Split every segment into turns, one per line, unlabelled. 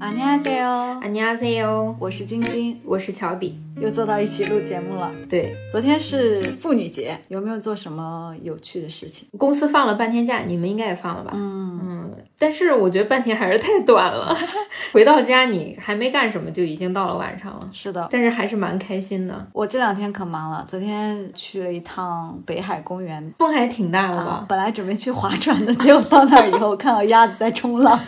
안녕하세요，
안녕하세요，
我是晶晶，
我是乔比。
又坐到一起录节目了。
对，
昨天是妇女节，有没有做什么有趣的事情？
公司放了半天假，你们应该也放了吧？
嗯，
嗯，但是我觉得半天还是太短了。 回到家，你还没干什么，就已经到了晚上了，
是的，
但是还是蛮开心的，
我这两天可忙了，昨天去了一趟北海公园。
风还挺大的
啊
吧？，
本来准备去划船的，结果到那儿以后，我看到鸭子在冲 浪，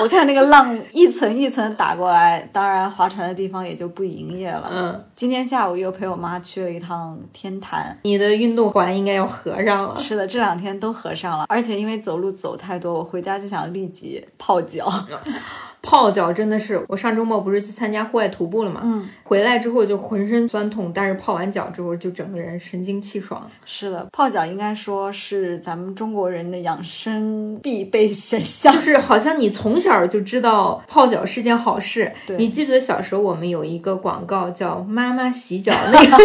我看那个浪一层一层打过来，当然划船的地方也就不营业了。
嗯，
今天下午又陪我妈去了一趟天坛，
你的运动环应该要合上了。
是的，这两天都合上了，而且因为走路走太多，我回家就想立即泡脚。
泡脚真的是，我上周末不是去参加户外徒步了嘛？
嗯，
回来之后就浑身酸痛，但是泡完脚之后就整个人神清气爽。
是的，泡脚应该说是咱们中国人的养生必备选项
就。是好像你从小就知道泡脚是件好事
对。
你记不记得小时候我们有一个广告叫“妈妈洗脚”，那 个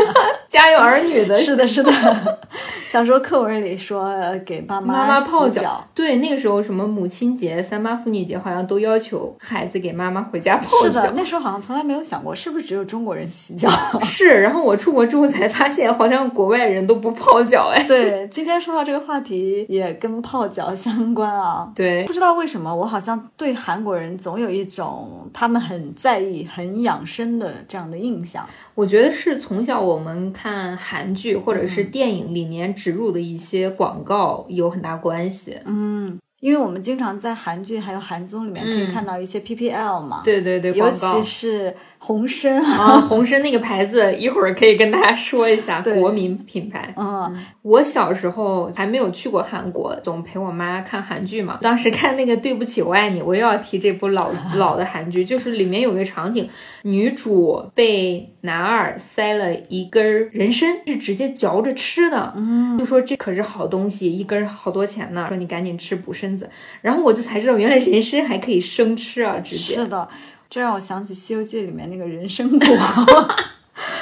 家有儿女的
是的，是的， 小时候课文里说呃给爸
妈妈
洗
泡
脚
脚。对，那个时候什么母亲节、三八妇女节，好像都要求孩子给妈妈回家泡
是的，
脚。
那时候好像从来没有想过，是不是只有中国人洗脚？
是，然后我出国之后才发现，好像国外人都不泡脚哎。
对，今天说到这个话题也跟泡脚相关啊。
对，
不知道为什么，我好像对韩国人总有一种他们很在意、很养生的这样的印象。
我觉得是从小我们看韩剧或者
嗯
是电影里面植入的一些广告有很大关系。
嗯，因为我们经常在韩剧还有韩综里面可以
嗯
看到一些 PPL 嘛，
对对对，
尤
广告
其是红参 啊。
啊，红参那个牌子，一会儿可以跟大家说一下，
对
国民品牌。
嗯，
我小时候还没有去过韩国，总陪我妈看韩剧嘛。当时看那个《对不起，我爱你》，我又要提这部 老老的韩剧，就是里面有一个场景，女主被男二塞了一根儿人参，是直接嚼着吃的。嗯，就说这可是好东西，一根儿好多钱呢，说你赶紧吃补身子。然后我就才知道，原来人参还可以生吃啊，直接。
是的，这让我想起《西游记》里面那个人参 果。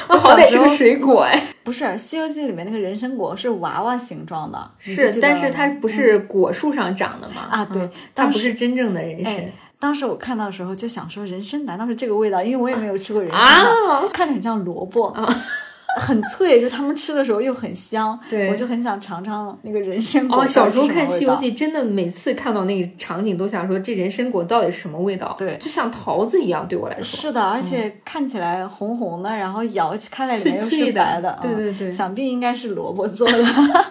我
好
小
歹
时
是个
候
水果哎。
不是《西游记》里面那个人参果是娃娃形状的，你记
是，
得
但是
吗嗯
它不是果树上长的嘛？
啊，对
嗯，它
当
不
时
是真正的人参
哎。当时我看到的时候就想说，人参难道是这个味道？因为我也没有吃过人参嘛，
啊！
看着很像萝卜， 很脆，就他们吃的时候又很香，
对
我就很想尝尝那个人参果。》，
哦，小时候看《西游记》，真的每次看到那个场景都想说，这人参果到底是什么味道？
对
就像桃子一样，对我来说。
是的，而且看起来红红的，然后咬起开来里面又
嗯脆
是
脆的
白的，
对
嗯
对对
想必应该是萝卜做的。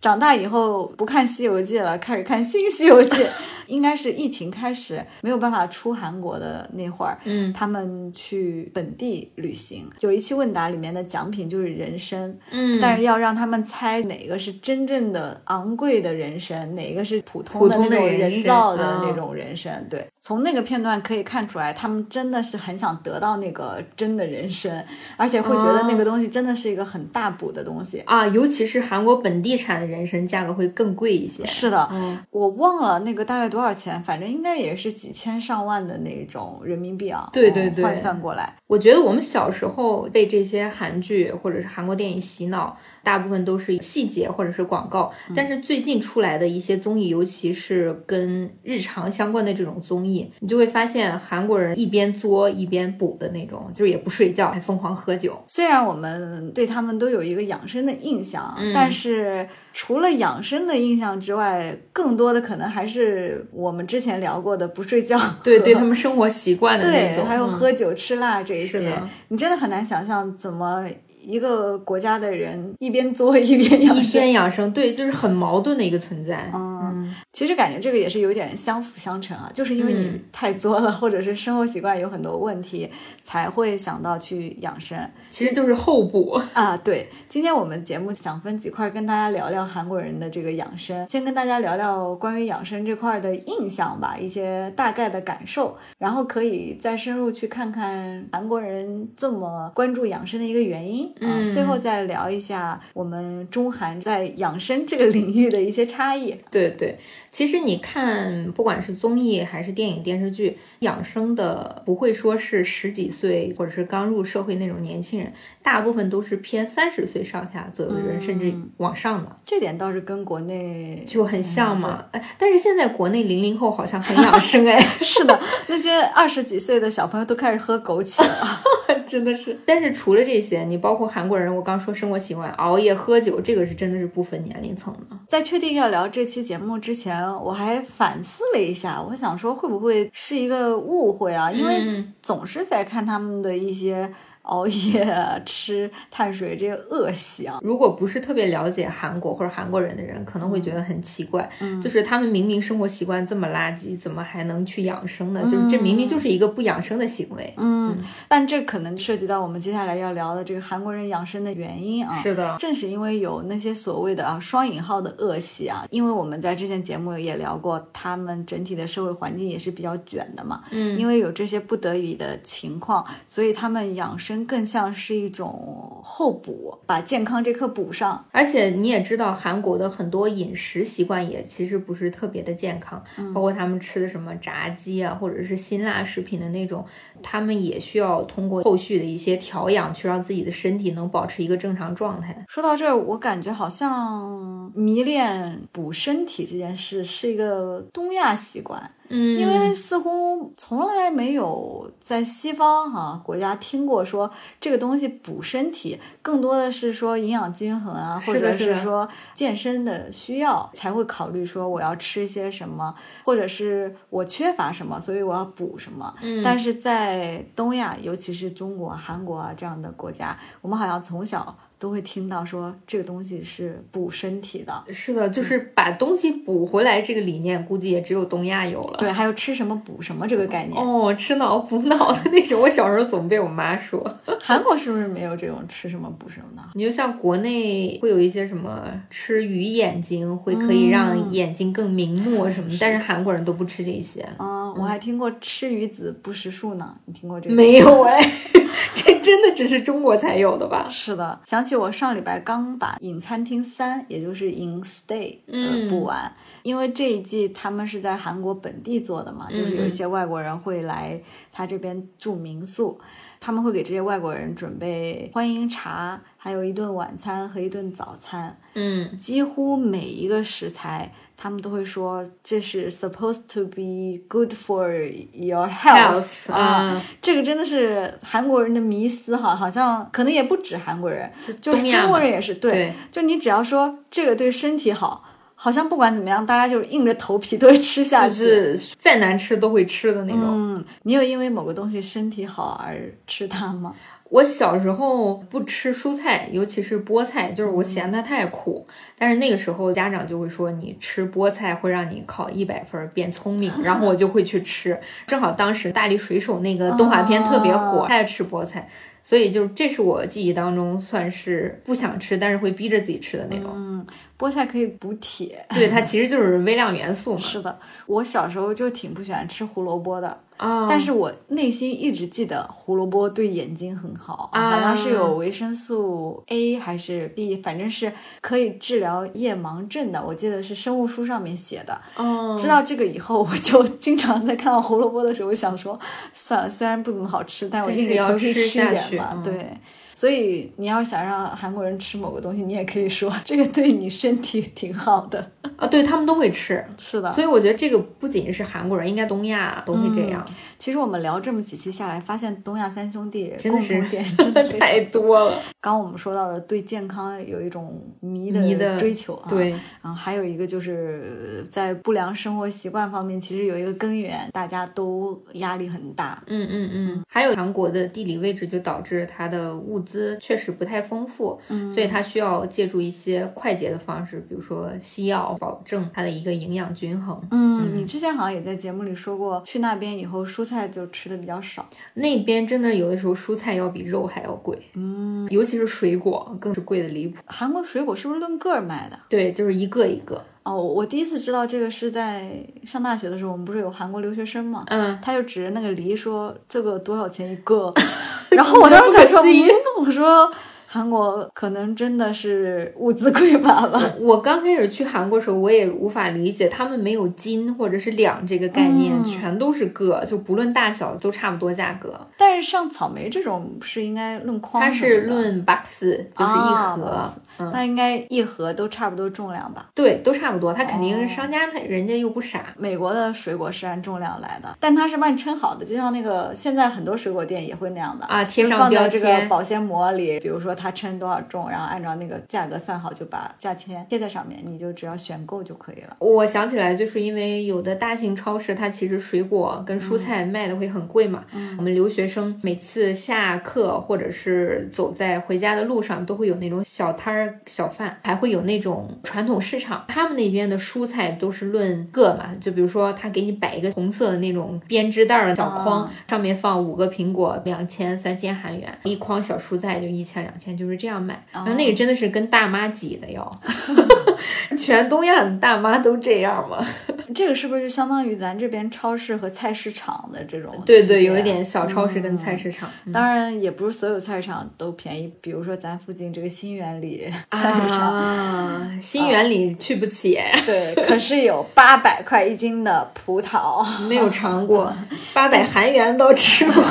长大以后不看《西游记》了，开始看《新西游记》。 应该是疫情开始没有办法出韩国的那会儿，
嗯
他们去本地旅行。有一期问答里面的奖品就是人参，
嗯
但是要让他们猜哪个是真正的昂贵的人参，哪个是普通
普
的那
通的
种
人参
人造的
啊
那种人参。对，从那个片段可以看出来，他们真的是很想得到那个真的人参，而且会觉得
哦
那个东西真的是一个很大补的东西。
啊，尤其是韩国本地产的人参，价格会更贵一些。
是的，
嗯
我忘了那个大概多少钱，反正应该也是几千上万的那种人民币啊。
对对对
换算过来，
我觉得我们小时候被这些韩剧或者是韩国电影洗脑，大部分都是细节或者是广告。
嗯
但是最近出来的一些综艺，尤其是跟日常相关的这种综艺，你就会发现韩国人一边作一边补的那种，就是也不睡觉，还疯狂喝酒。
虽然我们对他们都有一个养生的印象，
嗯
但是除了养生的印象之外，更多的可能还是我们之前聊过的不睡觉，
对，
和
对他们生活习惯的那
对，
种，
还有
嗯
喝酒吃辣这一
是
些
的，
你真的很难想象怎么一个国家的人一边作一边养
一
生。
边养生， 对，就是很矛盾的一个存在。
嗯，其实感觉这个也是有点相辅相成啊，就是因为你
嗯
太作了，或者是生活习惯有很多问题，才会想到去养生。
其实就是后补。
啊，对，今天我们节目想分几块儿跟大家聊聊韩国人的这个养生，先跟大家聊聊关于养生这块儿的印象吧，一些大概的感受，然后可以再深入去看看韩国人这么关注养生的一个原因，啊
嗯
最后再聊一下我们中韩在养生这个领域的一些差异。
对对，觉。其实你看，不管是综艺还是电影、电视剧，养生的不会说是十几岁或者是刚入社会那种年轻人，大部分都是偏三十岁上下左右的人，甚至往上的，
这点倒是跟国内
就 很像嘛。哎，但是现在国内零零后好像很 养生哎，
是的，那些二十几岁的小朋友都开始喝枸杞了。
真的是。但是除了这些，你包括韩国人，我刚说生活习惯、熬夜、喝酒，这个是真的是不分年龄层的。
在确定要聊这期节目之前，我还反思了一下，我想说会不会是一个误会啊？因为总是在看他们的一些熬夜、啊、 吃碳水这些恶习啊。
如果不是特别了解韩国或者韩国人的人，可能会觉得很奇怪，就是他们明明生活习惯这么垃圾，怎么还能去养生呢？就是这明明就是一个不养生的行为。
嗯，但这可能涉及到我们接下来要聊的这个韩国人养生的原因啊。
是的，
正是因为有那些所谓的啊双引号的恶习啊，因为我们在之前节目也聊过，他们整体的社会环境也是比较卷的嘛，嗯，因为有这些不得已的情况，所以他们养生更像是一种后补，把健康这课补上。
而且你也知道，韩国的很多饮食习惯也其实不是特别的健康，包括他们吃的什么炸鸡啊，或者是辛辣食品的那种，他们也需要通过后续的一些调养，去让自己的身体能保持一个正常状态。
说到这儿，我感觉好像迷恋补身体这件事是一个东亚习惯，
嗯
因为似乎从来没有在西方哈、国家听过说这个东西补身体，更多的是说营养均衡啊，或
是的
者
是
是
的
说健身的需要才会考虑说我要吃些什么，或者是我缺乏什么，所以我要补什么。
嗯
但是在东亚，尤其是中国、韩国啊这样的国家，我们好像从小都会听到说这个东西是补身体的，
是的，就是把东西补回来这个理念，估计也只有东亚有了。
对，还有吃什么补什么这个概念。
哦，吃脑补脑的那种，我小时候总被我妈说。
韩国是不是没有这种吃什么补什么呢？
你就像国内会有一些什么吃鱼眼睛，会可以让眼睛更明目什么，但嗯是韩国人都不吃这些。
啊、我还听过吃鱼子不识数呢，你听过这个？
没有哎， 这真的只是中国才有的吧？
是的，想起我上礼拜刚把《影餐厅三》，也就是《In Stay》
嗯
呃补完，因为这一季他们是在韩国本地做的嘛，就是有一些外国人会来他这边住民宿，他们会给这些外国人准备欢迎茶，还有一顿晚餐和一顿早餐，
嗯，
几乎每一个食材。他们都会说这是 supposed to be good for your health 啊，
啊，
这个真的是韩国人的迷思哈，好像可能也不止韩国人，就是
东亚嘛
中国人也是对，
对
就你只要说这个对身体好，好像不管怎么样，大家就硬着头皮都会吃下
就
去。
是再难吃都会吃的那种。
嗯，你有因为某个东西身体好而吃它吗？
我小时候不吃蔬菜，尤其是菠菜，就是我嫌它太苦。但是那个时候家长就会说，你吃菠菜会让你考一百分儿变聪明，然后我就会去吃。正好当时《大力水手》那个动画片特别火，
哦
爱吃菠菜，所以就这是我记忆当中算是不想吃，但是会逼着自己吃的那种。
菠菜可以补铁，
对，它其实就是微量元素嘛。
是的，我小时候就挺不喜欢吃胡萝卜的，
啊，
但是我内心一直记得胡萝卜对眼睛很好，
啊
好像是有维生素 A 还是 B，反正是可以治疗夜盲症的。我记得是生物书上面写的。
哦，
知道这个以后，我就经常在看到胡萝卜的时候，我想说，算了，虽然不怎么好吃，但我
但是
硬着
要
头皮吃
吃
一
下
点
去
吧
嗯。
对，所以你要想让韩国人吃某个东西，你也可以说这个对你身体挺好的。
啊，对他们都会吃。
是的，
所以我觉得这个不仅是韩国人，应该东亚都会这样，
其实我们聊这么几期下来，发现东亚三兄弟
真的
共
是
同点 真的非常
太多了。
刚我们说到的对健康有一种迷
迷的
的追求啊，
对，
然后还有一个就是在不良生活习惯方面，其实有一个根源，大家都压力很大。
嗯嗯嗯，还有韩国的地理位置就导致它的物资确实不太丰富，嗯，所以它需要借助一些快捷的方式，比如说西药，保证它的一个营养均衡。
嗯，你之前好像也在节目里说过，去那边以后蔬菜就吃的比较少。
那边真的有的时候蔬菜要比肉还要贵，嗯，尤其是水果更是贵的离谱。
韩国水果是不是论个儿卖的？
对，就是一个一个，
哦，我我第一次知道这个是在上大学的时候，我们不是有韩国留学生嘛，
嗯，
他就指 着那个梨说这个多少钱一个，然后我当时才说，嗯我说韩国可能真的是物资匮 乏吧。
我刚开始去韩国的时候，我也无法理解，他们没有斤或者是两这个概念，
嗯
全都是个，就不论大小都差不多价格。
但是像草莓这种是应该论筐
它
什么的，
是论 box，就是一
啊
盒，
box
嗯，
那应该一盒都差不多重量吧。
对，都差不多。它肯
哦
定是商家，他人家又不傻，
美国的水果是按重量来的，但它是帮你称好的，就像那个现在很多水果店也会那样的
啊贴上
就是放到
标
这
签
个保鲜膜里，比如说它称多少重，然后按照那个价格算好，就把价签贴在上面，你就只要选购就可以了。
我想起来，就是因为有的大型超市，它其实水果跟蔬菜卖的会很贵嘛。我们留学生每次下课或者是走在回家的路上，都会有那种小摊儿、小贩，还会有那种传统市场。他们那边的蔬菜都是论个嘛，就比如说他给你摆一个红色的那种编织袋儿的小筐，
啊
上面放五个苹果，两千、三千韩元，一筐小蔬菜就一千、两千，就是这样卖。然后那个真的是跟大妈挤的哟。 全东亚的大妈都这样吗？
这个是不是就相当于咱这边超市和菜市场的这种区别啊？
对对，有一点小超市跟菜市场。
当然，也不是所有菜市场都便宜，比如说咱附近这个新源里
嗯
菜市场，
啊，新源里去不起，
对，可是有八百块一斤的葡萄，
没有尝过，八百韩元都吃过。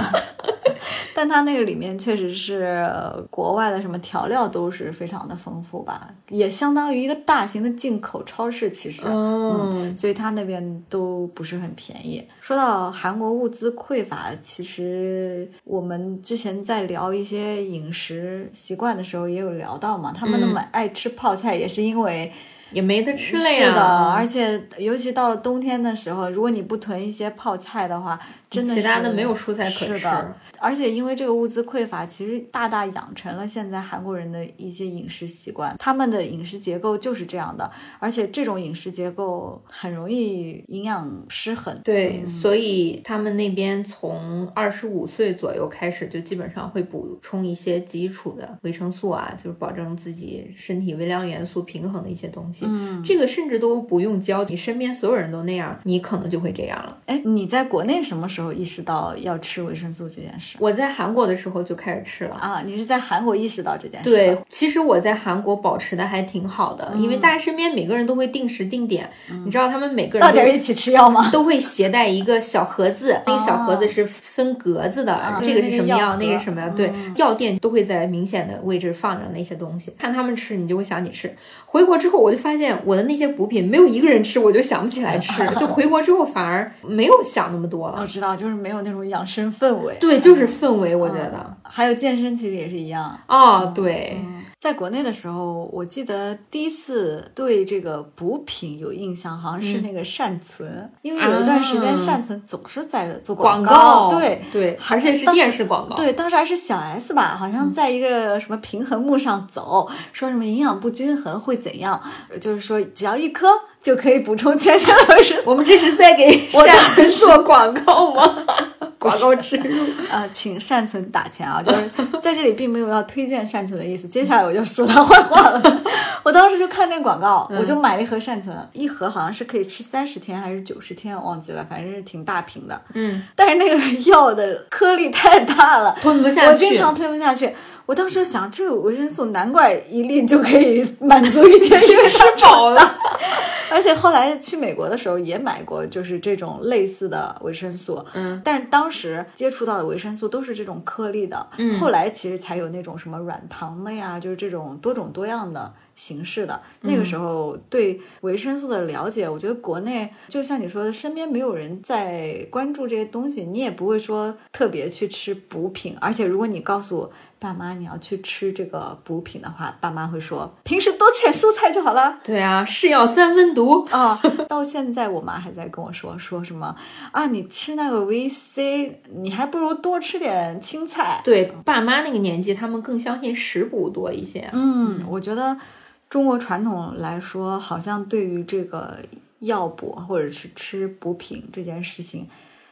但它那个里面确实是呃国外的什么调料都是非常的丰富吧，也相当于一个大型的进口超市，其实。
嗯，
所以它那边都不是很便宜。说到韩国物资匮乏，其实我们之前在聊一些饮食习惯的时候也有聊到嘛，他们
嗯
那么爱吃泡菜也是因 为
也没得吃了呀。嗯
是的，而且尤其到了冬天的时候，如果你不囤一些泡菜的话，真的
其他
是
的没有蔬菜可
是
吃。
的，而且因为这个物资匮乏，其实大大养成了现在韩国人的一些饮食习惯，他们的饮食结构就是这样的，而且这种饮食结构很容易营养失衡。
对，所以他们那边从二十五岁左右开始，就基本上会补充一些基础的维生素啊，就是保证自己身体微量元素平衡的一些东西。嗯，这个甚至都不用教，你身边所有人都那样，你可能就会这样了。
哎，你在国内什么时候意识到要吃维生素这件事？
我在韩国的时候就开始吃了。
啊，你是在韩国意识到这件事？
对，，其实我在韩国保持的还挺好的，因
嗯
为大家身边每个人都会定时定点，你知道他们每个人
到
都
底一起吃药吗？
都会携带一个小盒子，那个小盒子是分格子的，这个是什么
哦
药，
啊对那个药盒嗯
那个是什么药。对，药店都会在明显的位置放着那些东西，看他们吃，你就会想起吃。回国之后，我就发现我的那些补品没有一个人吃，我就想不起来 吃。就回国之后反而没有想那么多了
我。知道，就是没有那种养生氛围。
对，就是氛围，我觉得。
还有健身其实也是一样。
哦，对，
在国内的时候，我记得第一次对这个补品有印象，好像是那个善存，因为有一段时间
嗯啊
善存总是在做
广
告，
告，
对。
对，而且是电视嗯广告。
对，当时还是小 S 吧，好像在一个什么平衡木上走，说什么营养不均衡会怎样，就是说只要一颗就可以补充 千千二十
我们这是在给善 做广告吗？广告植入。
呃，请善存打钱啊！就是在这里并没有要推荐善存的意思。接下来我就说他坏话了。我当时就看那广告，我
嗯
就买了一盒善存，一盒好像是可以吃三十天还是九十天，我忘记了，反正是挺大瓶的。
嗯，
但是那个药的颗粒太大了，
吞不下
我
去
经常吞不下去。我当时想，这有维生素，难怪一粒就可以满足一天就吃
饱了。
而且后来去美国的时候也买过，就是这种类似的维生素，
嗯，
但是当时接触到的维生素都是这种颗粒的，嗯，后来其实才有那种什么软糖的呀，就是这种多种多样的。形式的那个时候对维生素的了解，我觉得国内就像你说的，身边没有人在关注这些东西，你也不会说特别去吃补品。而且如果你告诉爸妈你要去吃这个补品的话，爸妈会说平时多吃点蔬菜就好了。
对啊，是药三 分毒。
啊、到现在我妈还在跟我说说什么啊，你吃那个维 C，你还不如多吃点青菜。
对，爸妈那个年纪，他们更相信食补多一些。
嗯，我觉得中国传统来说，好像对于这个药补或者是吃补品这件事情，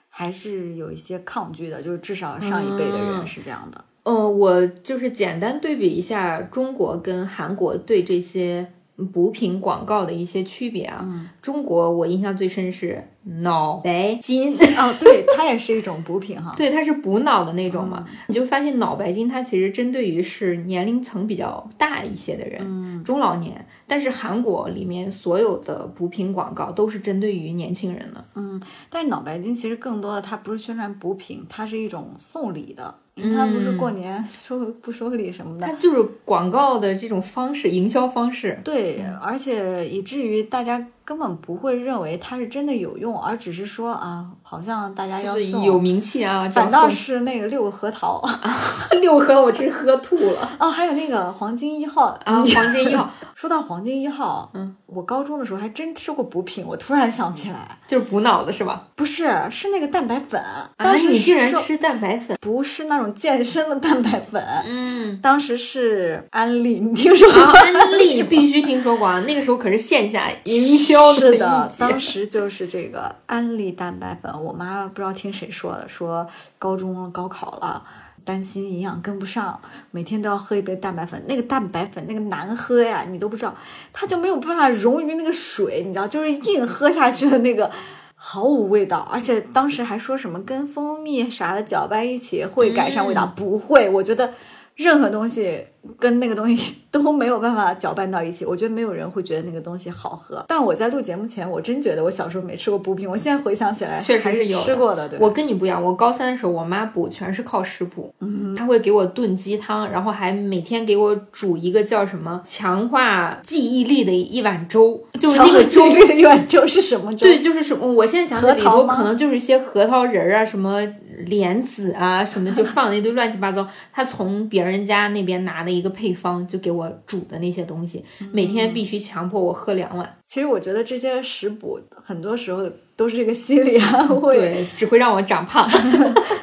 还是有一些抗拒的，就是至少上一辈的人
嗯
是这样的。
呃，我就是简单对比一下中国跟韩国对嗯这些补品广告的一些区别啊。中国我印象最深是脑白金。
哦，对，它也是一种补品哈。
嗯对，它是补脑的那种嘛，
嗯
你就发现脑白金它其实针对于是年龄层比较大一些的人，
嗯
中老年。但是韩国里面所有的补品广告都是针对于年轻人
嗯
的，
但是脑白金其实更多的它不是宣传补品，它是一种送礼的，因为它不是过年收不收礼什么的。
嗯它就是广告的这种方式，营销方式。
对，
嗯
而且以至于大家根本不会认为它是真的有用，而只是说啊，好像大家要
就是
送，
有名气啊，
反
讲
倒
送
是那个六个核桃
六盒，我真是喝吐了
哦，还有那个黄金一号
啊！ 黄金一号
说到黄金一号，
嗯，
我高中的时候还真吃过补品，我突然想起来，
就是补脑的是吧？
不是，是那个蛋白粉，
啊
当时
你竟然
是
吃蛋白粉，
不是那种健身的蛋白粉，
嗯。
当时是安利，你听说过？
啊，安利必须听说过啊！那个时候可是线下营销
是
的
的
一，姐
当时就是这个安利蛋白粉，我妈不知道听谁说的，说高中高考了。担心营养跟不上，每天都要喝一杯蛋白粉。那个蛋白粉那个难喝呀，你都不知道，它就没有办法溶于那个水，你知道，就是硬喝下去的那个，毫无味道。而且当时还说什么跟蜂蜜啥的搅拌一起会改善味道，
嗯
不会。我觉得任何东西跟那个东西都没有办法搅拌到一起，我觉得没有人会觉得那个东西好喝。但我在录节目前，我真觉得我小时候没吃过补品，我现在回想起来，
确实
还
是
是
有的
吃过的。对吧，
我跟你不一样，我高三的时候，我妈补全是靠食补，
嗯
她会给我炖鸡汤，然后还每天给我煮一个叫什么强化记忆力的一碗粥，就是那个粥
经历的一碗粥是什么粥？
对，就是什么，我现在想起来
核
里
桃
头
吗
可能就是一些核桃仁儿啊，什么莲子啊，什么就放了一堆乱七八糟。他从别人家那边拿的一个配方，就给我煮的那些东西，
嗯
每天必须强迫我喝两碗，
其实我觉得这些食补很多时候都是一个心理安慰。
对，只会让我长胖。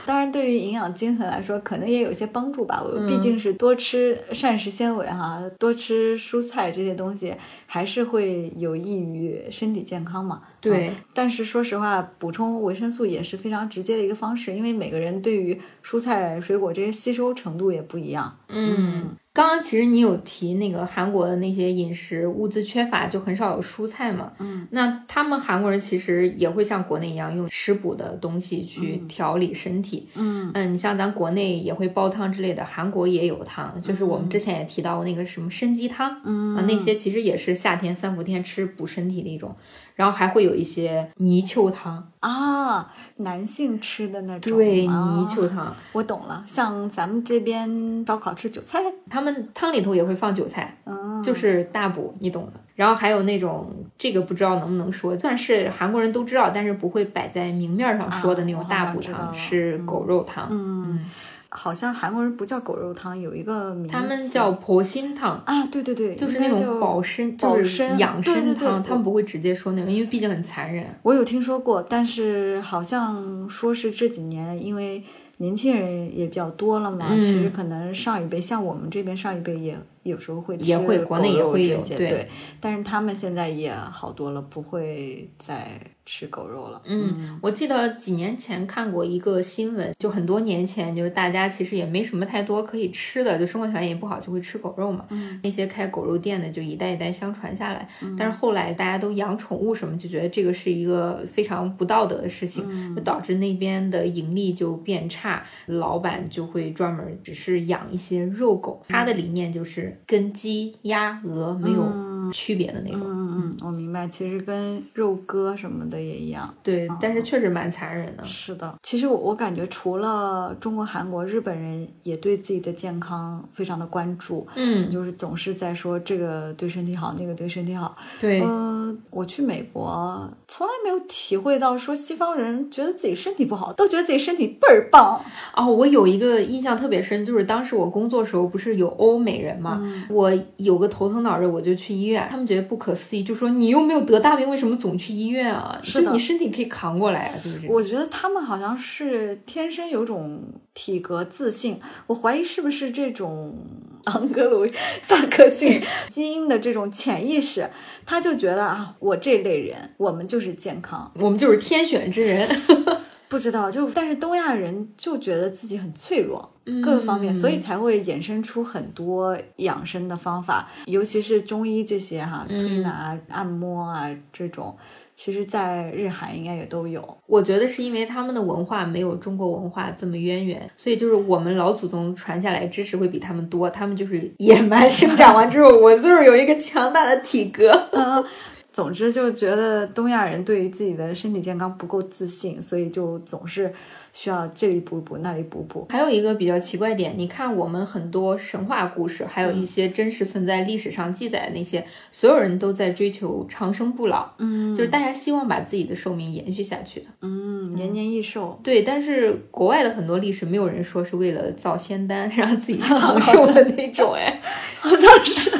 当然，对于营养均衡来说，可能也有一些帮助吧。我毕
嗯
竟是多吃膳食纤维哈，多吃蔬菜这些东西，还是会有益于身体健康嘛。
对
啊但是说实话，补充维生素也是非常直接的一个方式，因为每个人对于蔬菜、水果这些吸收程度也不一样。
嗯，刚刚其实你有提那个韩国的那些饮食物资缺乏，就很少有蔬菜嘛。嗯，那他们韩国人其实也会像国内一样用食补的东西去调理身体。嗯你像咱国内也会煲汤之类的，韩国也有汤，就是我们之前也提到过那个什么参鸡汤，嗯啊，那些其实也是夏天三伏天吃补身体的一种。然后还会有一些泥鳅汤，
啊，男性吃的那种
对，
啊
泥鳅汤，
我懂了，像咱们这边烧烤吃韭菜，
他们汤里头也会放韭菜，
哦
就是大补，你懂的。然后还有那种这个不知道能不能说，算是韩国人都知道，但是不会摆在明面上说的那种
啊
大补
我好像知道
汤，
了
是狗肉汤，嗯，
好像韩国人不叫狗肉汤，有一个名字，
他们叫婆心汤。
啊，对对对，
就是
应
那
该
种
叫
保身，
保
就是
身
养
对对
生
对
汤，他们不会直接说那种，因为毕竟很残忍。
我有听说过，但是好像说是这几年因为年轻人也比较多了嘛，
嗯
其实可能上一辈像我们这边上一辈也有时候会吃
也会
狗
国内也
肉
会
这
有
些
对
对，但是他们现在也好多了，不会再吃狗肉了。
嗯，我记得几年前看过一个新闻，就很多年前，就是大家其实也没什么太多可以吃的，就生活条件也不好，就会吃狗肉嘛。那些开狗肉店的就一代一代相传下来，但是后来大家都养宠物什么，就觉得这个是一个非常不道德的事情，就导致那边的盈利就变差，老板就会专门只是养一些肉狗，他的理念就是跟鸡、鸭、鹅没有区别的那种。
嗯嗯，我明白，其实跟肉鸽什么的也一样。
对，但是确实蛮残忍的。
是的，其实我我感觉除了中国、韩国，日本人也对自己的健康非常的关注，
嗯，
就是总是在说这个对身体好，那个对身体好。
对。
嗯、我去美国从来没有体会到说西方人觉得自己身体不好，都觉得自己身体倍儿棒。
哦，我有一个印象特别深，就是当时我工作时候不是有欧美人嘛，
嗯
我有个头疼脑热，我就去医院，他们觉得不可思议，就说你又没有得大病，为什么总去医院啊？
是
就
的
你身体可以扛过来啊，就是这种。
我觉得他们好像是天生有种体格自信，我怀疑是不是这种 昂格鲁 萨克逊基因的这种潜意识，他就觉得啊，我这类人，我们就是健康。
我们就是天选之人，
不知道就，但是东亚人就觉得自己很脆弱，各个方面，所以才会衍生出很多养生嗯的方法，尤其是中医这些哈、推拿、按摩啊这种。其实在日韩应该也都有。
我觉得是因为他们的文化没有中国文化这么渊源，所以就是我们老祖宗传下来知识会比他们多。他们就是野蛮生长完之后，我就是有一个强大的体格。
嗯总之就觉得东亚人对于自己的身体健康不够自信，所以就总是需要这里补一补那里补补。
还有一个比较奇怪点，你看我们很多神话故事，还有一些真实存在历史上记载的那些，所有人都在追求长生不老，
嗯
就是大家希望把自己的寿命延续下去的。
嗯，延年益 寿。
对，但是国外的很多历史，没有人说是为了造仙丹 让自己长寿的那种，哎，
好像是，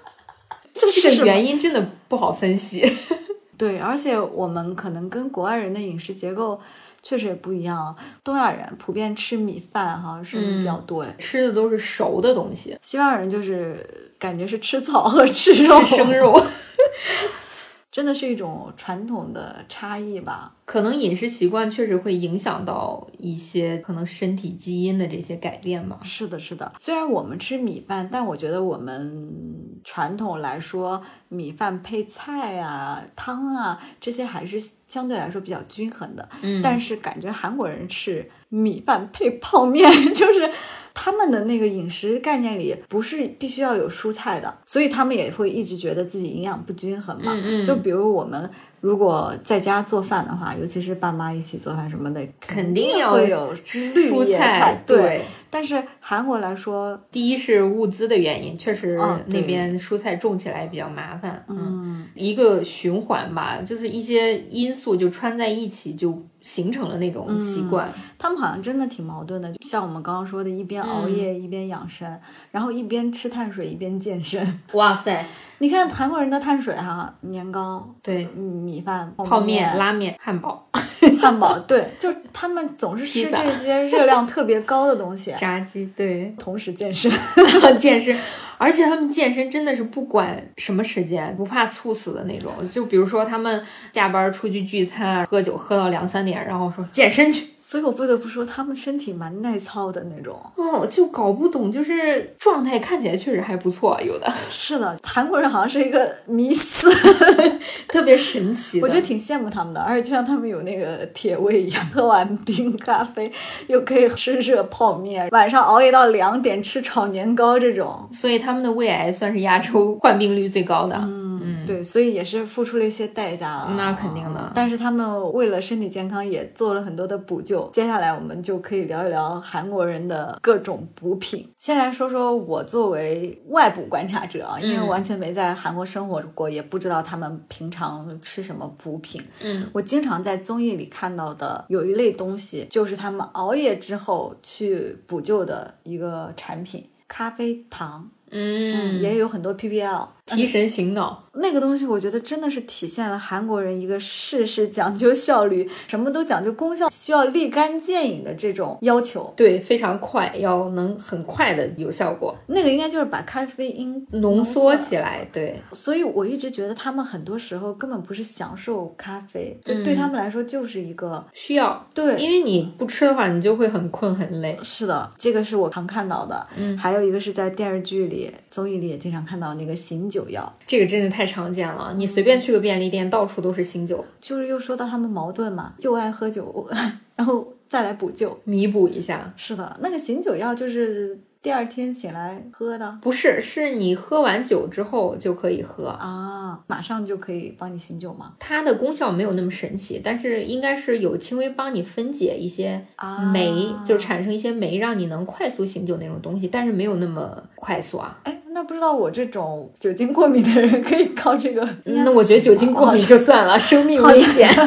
这
这
什么
个原因真的不好分析。
对，而且我们可能跟国外人的饮食结构确实也不一样，啊东亚人普遍吃米饭哈是
嗯
比较多的，
吃的都是熟的东西，
西方人就是感觉是吃草和吃肉，
吃生肉。
真的是一种传统的差异吧。
可能饮食习惯确实会影响到一些可能身体基因的这些改变吧。
是的，是的。虽然我们吃米饭，但我觉得我们传统来说，米饭配菜啊、汤啊这些还是相对来说比较均衡的。
嗯
但是感觉韩国人吃米饭配泡面， 就是他们的那个饮食概念里不是必须要有蔬菜的，所以他们也会一直觉得自己营养不均衡嘛。
嗯嗯
就比如我们。如果在家做饭的话，尤其是爸妈一起做饭什么的，
肯定要
会有
吃
绿
蔬
叶
菜，
对，但是韩国来说，
第一是物资的原因，确实
嗯
那
对
边蔬菜种起来比较麻烦。
嗯，
一个循环吧，就是一些因素就穿在一起，就形成了那种习
嗯
惯。
他们好像真的挺矛盾的，就像我们刚刚说的，一边
嗯
熬夜、一边养生，然后一边吃碳水一边健身。
哇塞，
你看韩国人的碳水哈、年糕、
对，
嗯米饭、
泡
泡
面、拉面、汉堡、
啊 汉堡，对，就是他们总是吃
披萨
这些热量特别高的东西，，
炸鸡，对
同时健身。
健身，而且他们健身真的是不管什么时间，不怕猝死的那种。就比如说他们下班出去聚餐，啊喝酒喝到两三点，然后说健身去。
所以我不得不说，他们身体蛮耐操的那种。
哦，就搞不懂，就是状态看起来确实还不错，有的
是的，韩国人好像是一个迷思，
特别神奇的。
我觉得挺羡慕他们的，而且就像他们有那个铁胃一样，喝完冰咖啡又可以吃热泡面，晚上熬夜到两点吃炒年糕这种。
所以他们的胃癌算是亚洲患病率最高的。
嗯，对，所以也是付出了一些代价了。
那肯定的
但是他们为了身体健康也做了很多的补救。接下来我们就可以聊一聊韩国人的各种补品。先来说说我作为外部观察者啊，因为
嗯
完全没在韩国生活过，也不知道他们平常吃什么补品。
嗯，
我经常在综艺里看到的有一类东西，就是他们熬夜之后去补救的一个产品——咖啡糖。
嗯，
也有很多 PPL。
提神醒脑。
那个东西，我觉得真的是体现了韩国人一个事事讲究效率，什么都讲究功效，需要立竿见影的这种要求。
对，非常快，要能很快的有效果，
那个应该就是把咖啡因
浓缩
起来。
起来。对，
所以我一直觉得他们很多时候根本不是享受咖啡，就
嗯
对他们来说就是一个
需要，
对
因为你不吃的话，你就会很困很累。
是的，这个是我常看到的。嗯，还有一个是在电视剧里、综艺里也经常看到那个醒酒药，
这个真的太常见了，你随便去个便利店，到处都是醒酒，
就是又说到他们矛盾嘛，又爱喝酒， 然后再来补救。
弥补一下。
是的，那个醒酒药就是第二天醒来喝的
不是，是你喝完酒之后就可以喝。
啊，马上就可以帮你醒酒吗？
它的功效没有那么神奇，但是应该是有轻微帮你分解一些
啊
酶，就产生一些酶，让你能快速醒酒那种东西，但是没有那么快速啊。
哎，那不知道我这种酒精过敏的人可以靠这个？
嗯那我觉得酒精过敏就算了，生命
好
危
像
险。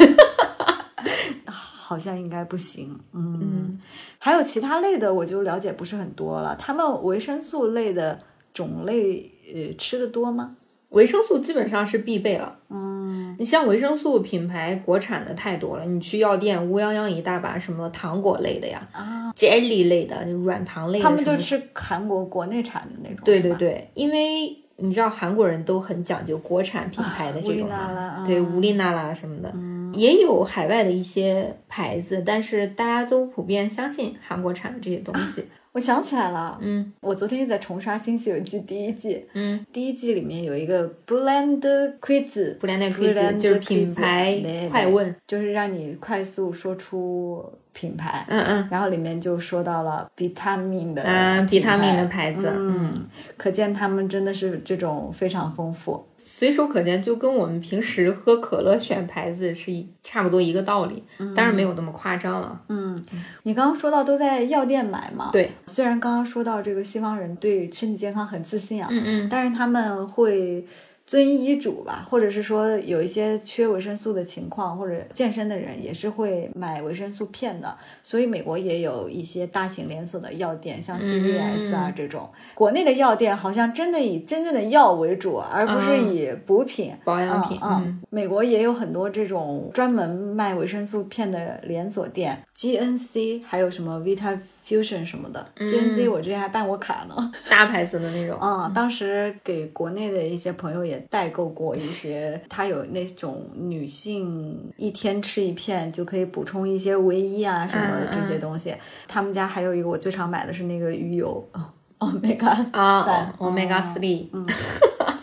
好像应该不行。嗯，还有其他类的我就了解不是很多了。他们维生素类的种类，呃，吃的多吗？
维生素基本上是必备了。嗯，你像维生素品牌国产的太多了，你去药店乌泱泱一大把，什么糖果类的呀，啊，jelly 类的，就软糖类的什
他
么
们
的，
就吃韩国国内产的那种，
对
是
对
吧，
对，因为你知道韩国人都很讲究国产品牌的这种嘛，
啊无力娜拉啊
对无力娜拉什么的，也有海外的一些牌子，但是大家都普遍相信韩国产的这些东西。
我想起来了，
嗯
我昨天又在重刷《新西游记》第一季，
嗯，
第一季里面有一个 Blend Quiz，
布兰代奎兹就是品
啊
牌快问，
就是让你快速说出品牌，
嗯嗯
然后里面就说到了 Vitamin 的
嗯，比他们的
品牌
牌子，
嗯，可见他们真的是这种非常丰富。
随手可见，就跟我们平时喝可乐选牌子是一差不多一个道理，当然没有那么夸张了。
嗯，你刚刚说到都在药店买嘛？，
对，
虽然刚刚说到这个西方人对身体健康很自信啊，
嗯嗯，
但是他们会遵医嘱吧，或者是说有一些缺维生素的情况，或者健身的人也是会买维生素片的。所以美国也有一些大型连锁的药店，
嗯
像 CVS 啊这种。国内的药店好像真的以真正的药为主，而不是以补品。
嗯保养品，
嗯
嗯，
美国也有很多这种专门卖维生素片的连锁店，GNC 还有什么 Vita Fusion 什么的。GNC
嗯
我之前还办过卡呢。
大牌子的那种，
嗯，当时给国内的一些朋友也代购过一些，它有那种女性一天吃一片就可以补充一些维 E 啊什么
嗯嗯
这些东西。他们家还有一个我最常买的是那个鱼油，哦哦，my god，
啊
赞
，Omega
嗯
Three，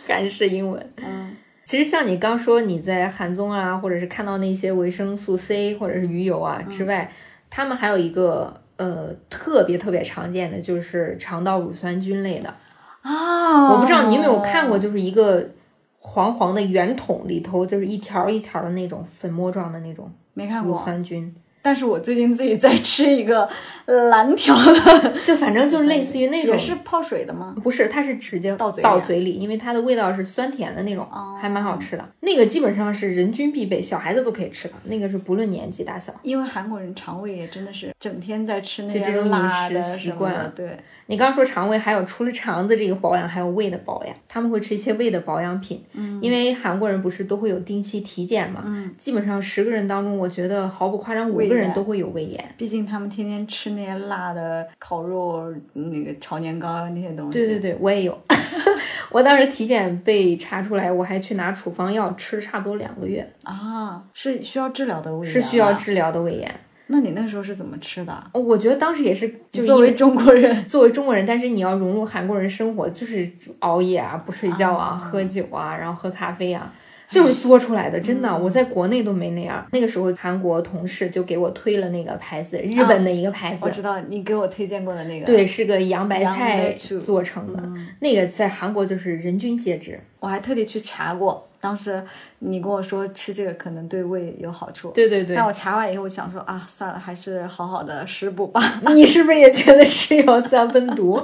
韩式英文。
嗯
其实像你刚说你在韩综啊，或者是看到那些维生素 C 或者是鱼油
嗯
啊之外，他们还有一个呃特别特别常见的就是肠道乳酸菌类的。
啊，
我不知道你有没有看过，就是一个黄黄的圆筒里头就是一条一条的那种粉末状的那种
没看
乳
过，
酸菌，
但是我最近自己在吃一个蓝条的，
就反正就是 类似于那种
也是泡水的吗？
不是，它是直接
到嘴里哦啊
到嘴里，因为它的味道是酸甜的那种，还蛮好吃的。那个基本上是人均必备，小孩子都可以吃的。那个是不论年纪大小。
因为韩国人肠胃也真的是整天在吃那
就
些
这种饮
辣
食
的
习
什么
惯
的
啊
对，
你刚说肠胃，还有除了肠子这个保养，还有胃的保养，他们会吃一些胃的保养品。嗯，因为韩国人不是都会有定期体检嘛，嗯，基本上十个人当中，我觉得毫不夸张，五
胃
个人
炎
都会有胃炎。
毕竟他们天天吃那些辣的烤肉、那个炒年糕啊那些东西。
对对对，我也有。 我当时体检被查出来，我还去拿处方药吃，差不多两个月，
啊，是需要治疗的胃炎
是需要
啊。
治疗的胃炎。哦
那你那时候是怎么吃的？
我觉得当时也是，就是
作
因
为中国人，
作为中国人，但是你要融入韩国人生活，就是熬夜啊，不睡觉啊，喝酒啊，然后喝咖啡
哎
啊，就是作出来的。真的，
嗯
我在国内都没那样。那个时候，韩国同事就给我推了那个牌子，日本的一个牌子，
我知道你给我推荐过的那个。，
对，是个洋白
啊洋
菜
白醋嗯
做成的。那个在韩国就是人均 皆知。
我还特地去查过，当时你跟我说吃这个可能对胃有好处。
对对对
但我查完以后，我想说啊，算了，还是好好的食补吧。
你是不是也觉得吃药三分毒？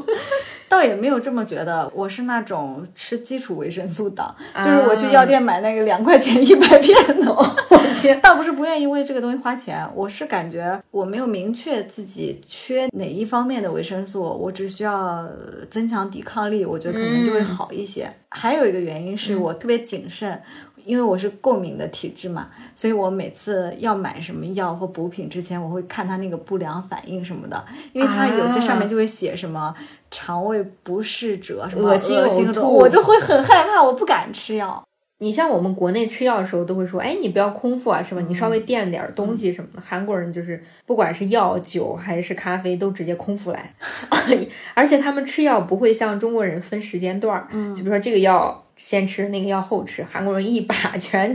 倒也没有这么觉得，我是那种吃基础维生素党，
啊
就是我去药店买那个两块钱一百片的，我天，倒不是不愿意为这个东西花钱，我是感觉我没有明确自己缺哪一方面的维生素，我只需要呃增强抵抗力，我觉得可能就
嗯
会好一些。还有一个原因是我特别谨慎。因为我是过敏的体质嘛，所以我每次要买什么药或补品之前，我会看它那个不良反应什么的，因为它有些上
啊
面就会写什么肠胃不适者，什么
恶心
心呕
呕吐
我就会很害怕，我不敢吃药。
你像我们国内吃药的时候都会说，哎，你不要空腹啊，是吧？你稍微
嗯
垫点儿东西什么的。韩国人就是不管是药、酒还是咖啡，都直接空 腹来， 而且他们吃药不会像中国人分时间段儿，
嗯
就比如说这个药先吃，那个药后吃，韩国人一把 全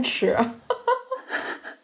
吃，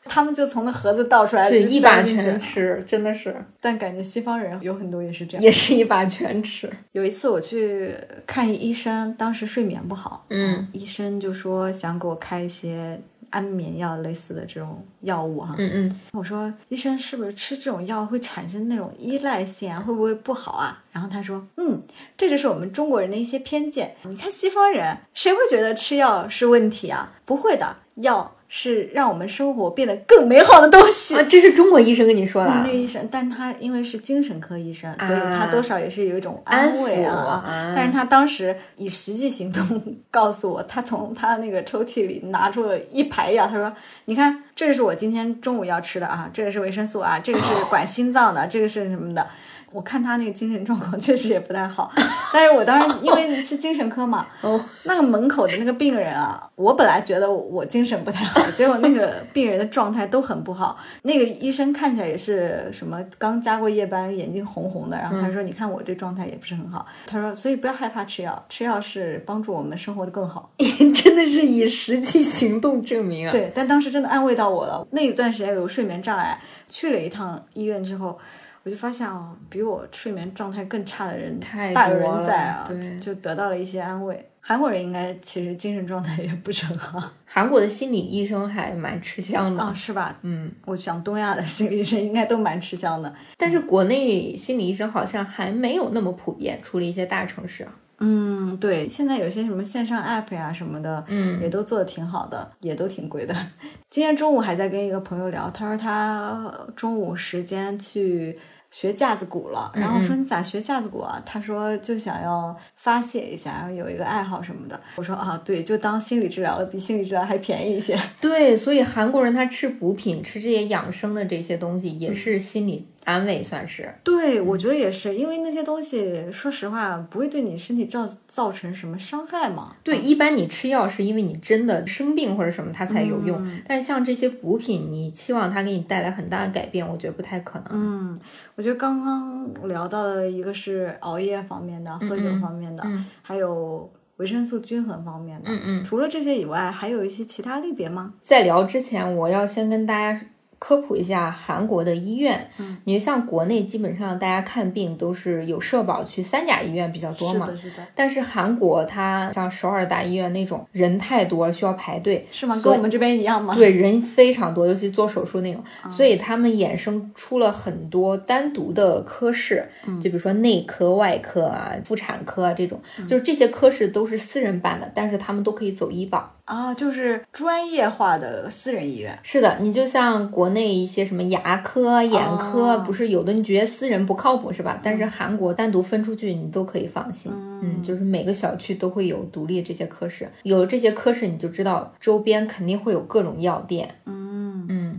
他们就从那盒子倒出来，
对，
就
一把
塞进去
全吃，真的是
但感觉西方人有很多也是这样。
也是一把全吃。
有一次我去看医生，当时睡眠不好，
嗯，
医生就说想给我开一些安眠药类似的这种药物哈，
嗯嗯，
我说医生是不是吃这种药会产生那种依赖性啊？会不会不好啊？然后他说，嗯，这就是我们中国人的一些偏见。你看西方人，谁会觉得吃药是问题啊？不会的，药是让我们生活变得更美好的东西。
啊，这是中国医生跟你说的啊
那个，医生，但他因为是精神科医生，所以他多少也是有一种
安
慰
抚
啊。
啊
但是他当时以实际行动 告诉我，他从他的那个抽屉里拿出了一排药，他说：“你看， 这是我今天中午要吃的啊，这个是维生素啊，这个是管心脏的，这个是什么的。”我看他那个精神状况 确实也不太好，但是我当时因为是精神科 嘛，
哦，
那个门口的那个病人啊，我本来觉得我精神不太 好，结果那个病人的状态都很不好。那个医生看起来也是什么刚加过夜班，眼睛红红的。然后他
嗯
说：“你看我这状态也不是很好。”他说：“所以不要害怕吃药，吃药是帮助我们生活的更好。
真的是以实际行动证明”啊。
对，但当时真的安慰到我了。那一段时间有睡眠障碍，去了一趟医院之后。我就发现哦，比我睡眠状态更差的人
太
大有
多
人
了
在啊，
对
就得到了一些安慰。韩国人应该其实精神状态也不是很好，
韩国的心理医生还蛮吃香的，
啊、是吧？
嗯，
我想东亚的心理医生应该都蛮吃香的。
但是国内心理医生好像还没有那么普遍，除了一些大城市啊。
嗯，对，现在有些什么线上 app 呀、什么的，
嗯，
也都做的挺好的，也都挺贵的。 今天中午还在跟一个朋友聊，他说他中午时间去。学架子鼓了，
嗯
然后我说你咋学架子鼓啊？他说就想要发泄一下，然后有一个爱好什么的。我说啊，对，就当心理治疗了，比心理治疗还便宜一 些。
对，所以韩国人他吃补品，吃这些养生的这些东西，也是心理安慰，算是。
对，我觉得也是，因为那些东西，说实话不会对你身体造造成什么伤害嘛。
对，一般你吃药是因为你真的生病或者什么，它才有用。但是像这些补品，你期望它给你带来很大的改变，我觉得不太可能。
嗯，我觉得刚刚聊到的一个是熬夜方面的、喝酒方面的，
嗯
还有维生素均衡方面的。
嗯嗯。
除了这些以外，还有一些其他类别吗？
在聊之前，我要先跟大家科普一下韩国的医院。嗯，你像国内基本上大家看病都是有社保去三甲医院比较多
是
嘛
的，。是的，
但是韩国它像首尔大医院那种人太多了，需要排队，
是吗？跟
所以
我们这边一样吗？
对，人非常多，尤其做手术那种，所以他们衍生出了很多单独的科室，就比如说内科、外科啊、妇产科啊这种，就是这些科室都是私人办的，但是他们都可以走医保。
啊，就是专业化的私人医院。
是的，你就像国内一些什么牙科、啊眼科，
哦嗯
不是有的你觉得私人不靠谱是吧？但是韩国单独分出去，你都可以放心。嗯，就是每个小区都会有独立这些科室，有了这些科室，你就知道周边肯定会有各种药店。
嗯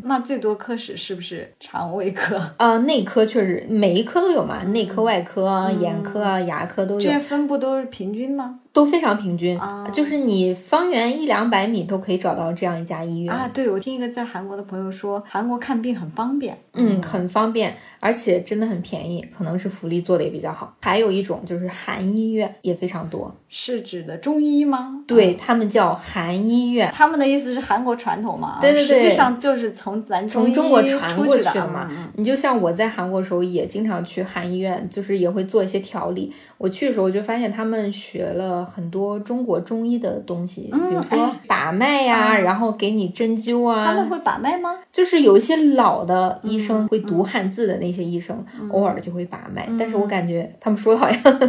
那最多科室是不是肠胃科？
啊，内科确实每一科都有嘛，内科、外科啊、眼科啊、牙科都
嗯这
有
些，分布都是平均吗？
都非常平均
啊，
就是你方圆一两百米都可以找到这样一家医
啊，
院，
对，我听一个在韩国的朋友说，韩国看病很方便。
嗯，很方便，而且真的很便宜，可能是福利做的也比较好。还有一种就是韩医院也非常多，
是指的中医吗？
对他们叫韩医院，
他们的意思是韩国传统嘛？
对对对
实际上就是从咱
从中
中
国
医
传
出
过
去
去
的啊
的嗯嘛。你就像我在韩国的时候，也经常去韩医院，就是也会做一些调理。我去的时候就发现他们学了很多中国中医的东西，比如说把脉呀、然后给你针灸
他们
啊，
会把脉吗？
就是有一些老的医生
嗯
会读汉字的那些医生，偶尔就会把脉。但是
嗯
我感觉他们说的 好像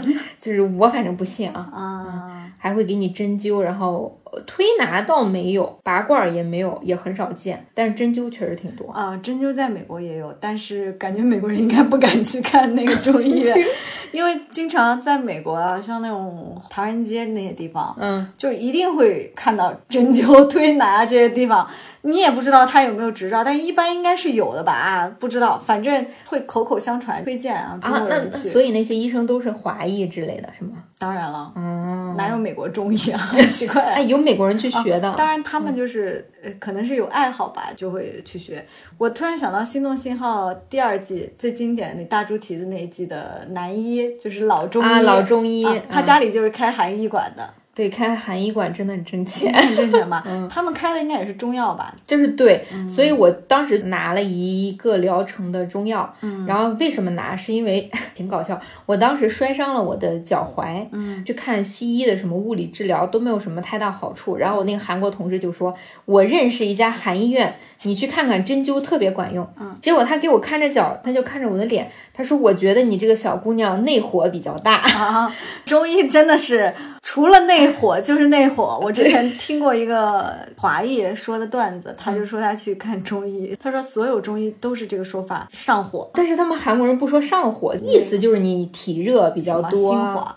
就是我反正不信啊，
啊，
还会给你针灸，然后。呃推拿倒没有，拔罐儿也没有，也很少见，但是针灸确实挺多。
啊，针灸在美国也有，但是感觉美国人应该不敢去看那个中医院， 因为经常在美国啊，像那种唐人街那些地方，
嗯，
就一定会看到针灸、推拿这些地方，你也不知道他有没有执照，但一般应该是有的吧？啊，不知道，反正会口口相传推荐啊，中
啊，
国
那
人
那
去。
所以那些医生都是华裔之类的，是吗？
当然了，
嗯，
哪有美国中 医啊？很奇怪、
哎，有美国人去学的，
哦当然，他
嗯
们就是、呃可能是有爱好吧，就会去学。我突然想到《心动信号》第二季最经典的那大猪蹄子那一季的男一，就是老中医，
啊，老中医，
啊他
嗯
家里就是开韩医馆的，
对开韩医馆真的很挣钱，
很挣钱 嘛。
嗯
他们开的应该也是中药吧？
就是对，
嗯
所以我当时拿了一个疗程的中药，
嗯
然后为什么拿？是因为 挺搞笑，我当时摔伤了我的脚踝，嗯，去看西医的什么物理治疗都没有什么太大好处，然后我那个韩国同事就说，我认识一家韩医院，你去看看针灸特别管用，嗯，结果他给我看着脚，他就看着我的脸，他说我觉得你这个小姑娘内火比较大，
啊，中医真的是除了内火就是内火。我之前听过一个华裔说的段子，
嗯
他就说他去看中医，他说所有中医都是这个说法，上火。
但是他们韩国人不说上火，意思就是你体热比较多啊，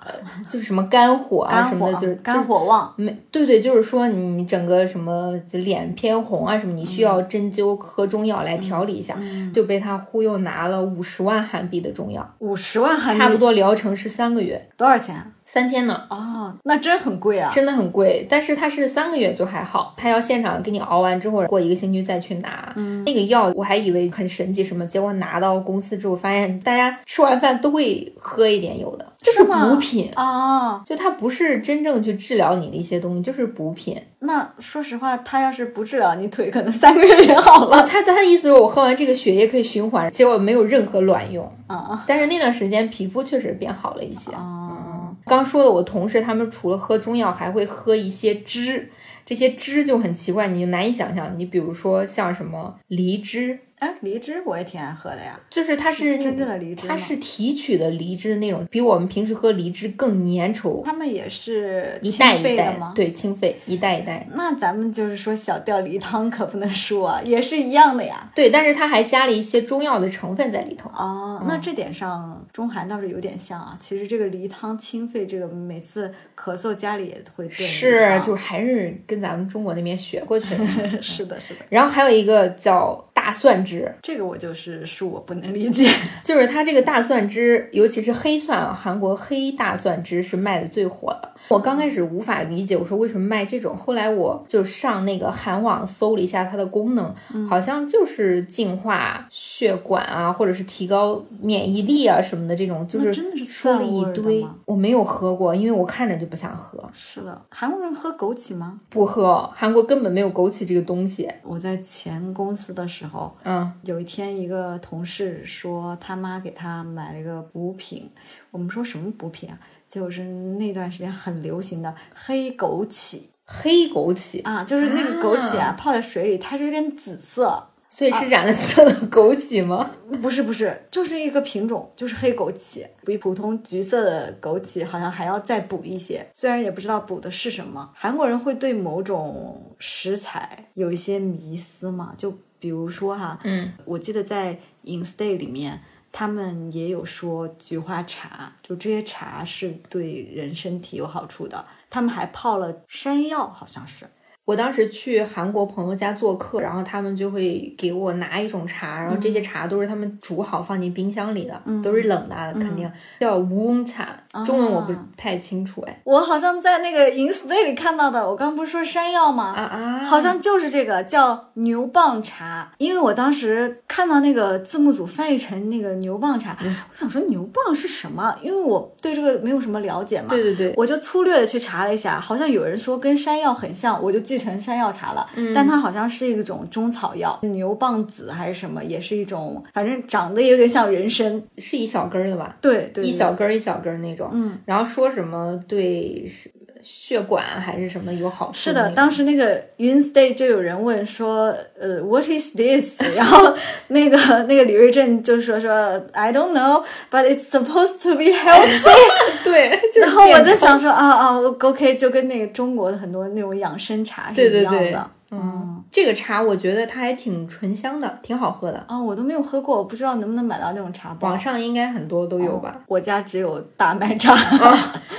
就是什么肝火啊
肝
什
火
么的，就是
肝。火旺，
没对对，就是说你整个什么脸偏红啊什么，你需要针灸喝中药来调理一下，就被他忽悠拿了五十万韩币的中药，
五十万韩
差不
币
多疗程是三个月，
多少钱啊？
三千呢。
哦，那真很贵啊！
真的很贵，但是它是三个月就还好，它要现场给你熬完之后，过一个星期再去拿。嗯，那个药我还以为很神奇什么，结果拿到公司之后发现，大家吃完饭都会喝一点，有的就是
是吗
补品。
哦，
就它不是真正去治疗你的一些东西，就是补品。
那说实话，他要是不治疗你腿，可能三个月也好了
哦，他他的意思是我喝完这个血液可以循环，结果没有任何卵用。
啊。
但是那段时间皮肤确实变好了一些。嗯
哦，
刚说的，我同事他们除了喝中药，还会喝一些汁，这些汁就很奇怪，你就难以想象。你比如说像什么梨汁，
哎，梨汁我也挺爱喝的呀，
就是它是
真正的梨汁吗
它是提取的梨汁那种，比我们平时喝梨汁更粘稠，
他们也是
一
清
袋一
肺
袋
的吗？。
对，清肺一袋一袋。
那咱们就是说小吊梨汤可不能说、啊，也是一样的呀。
对，但是它还加了一些中药的成分在里头。
哦，
嗯
那这点上中韩倒是有点像啊。其实这个梨汤清肺，这个每次咳嗽家里也会炖梨
是，
汤
就还是跟咱们中国那边学过去的。
是的，是的。
然后还有一个叫大蒜汁，
这个我就是恕我不能理解。
就是它这个大蒜汁，尤其是黑蒜啊，韩国黑大蒜汁是卖的最火的。我刚开始无法理解，我说为什么卖这种？后来我就上那个韩网搜了一下它的功能，
嗯
好像就是净化血管啊，或者是提高免疫力啊什么的这种，就
那
是
真的是
说了
蒜
一
味儿的
堆
吗。
我没有喝过，因为我看着就不想喝，
是的，韩国人喝枸杞吗？
不喝。韩国根本没有枸杞这个东西。
我在前公司的时候，
嗯，
有一天一个同事说他妈给他买了一个补品，我们说什么补品啊？就是那段时间很流行的黑枸杞
黑枸杞，
啊，就是那个枸杞啊，泡在水里，它是有点紫色，
所以是染了色的枸杞吗？
不是不是，就是一个品种，就是黑枸杞，比普通橘色的枸杞好像还要再补一些，虽然也不知道补的是什么。韩国人会对某种食材有一些迷思嘛，就比如说哈，
嗯，
我记得在 Instay 里面，他们也有说菊花茶，就这些茶是对人身体有好处的。他们还泡了山药，好像是，
我当时去韩国朋友家做客，然后他们就会给我拿一种茶，然后这些茶都是他们煮好放进冰箱里的，都是冷的啊，肯定叫乌龙茶，中文我不太清楚哎。
我好像在那个 Instay 里看到的。我刚不是说山药吗？
啊啊，
好像就是这个叫牛蒡茶，因为我当时看到那个字幕组翻译成那个牛蒡茶，
嗯
我想说牛蒡是什么，因为我对这个没有什么了解嘛。
对对对，
我就粗略的去查了一下，好像有人说跟山药很像，我就记成山药茶了。
嗯
但它好像是一种中草药，牛蒡子还是什么，也是一种，反正长得有点像人参。
是一小根儿的吧？
对对，对
一小根儿一小根儿那种，嗯，然后说什么对血管还是什么有好处？
是的，当时那个 Instay 就有人问说，呃，What is this？然 后那个 那个李瑞镇就说说，I don't know，but it's supposed to be healthy。
对，就是
然后我
健
在
康
想说，啊啊我，OK，就跟那个中国的很多那种养生茶是
对
一
对
样的。
对，嗯，这个茶我觉得它还挺醇香的，挺好喝的，
啊、我都没有喝过，我不知道能不能买到那种茶包
网。上应该很多都有吧？
我家只有大麦 茶。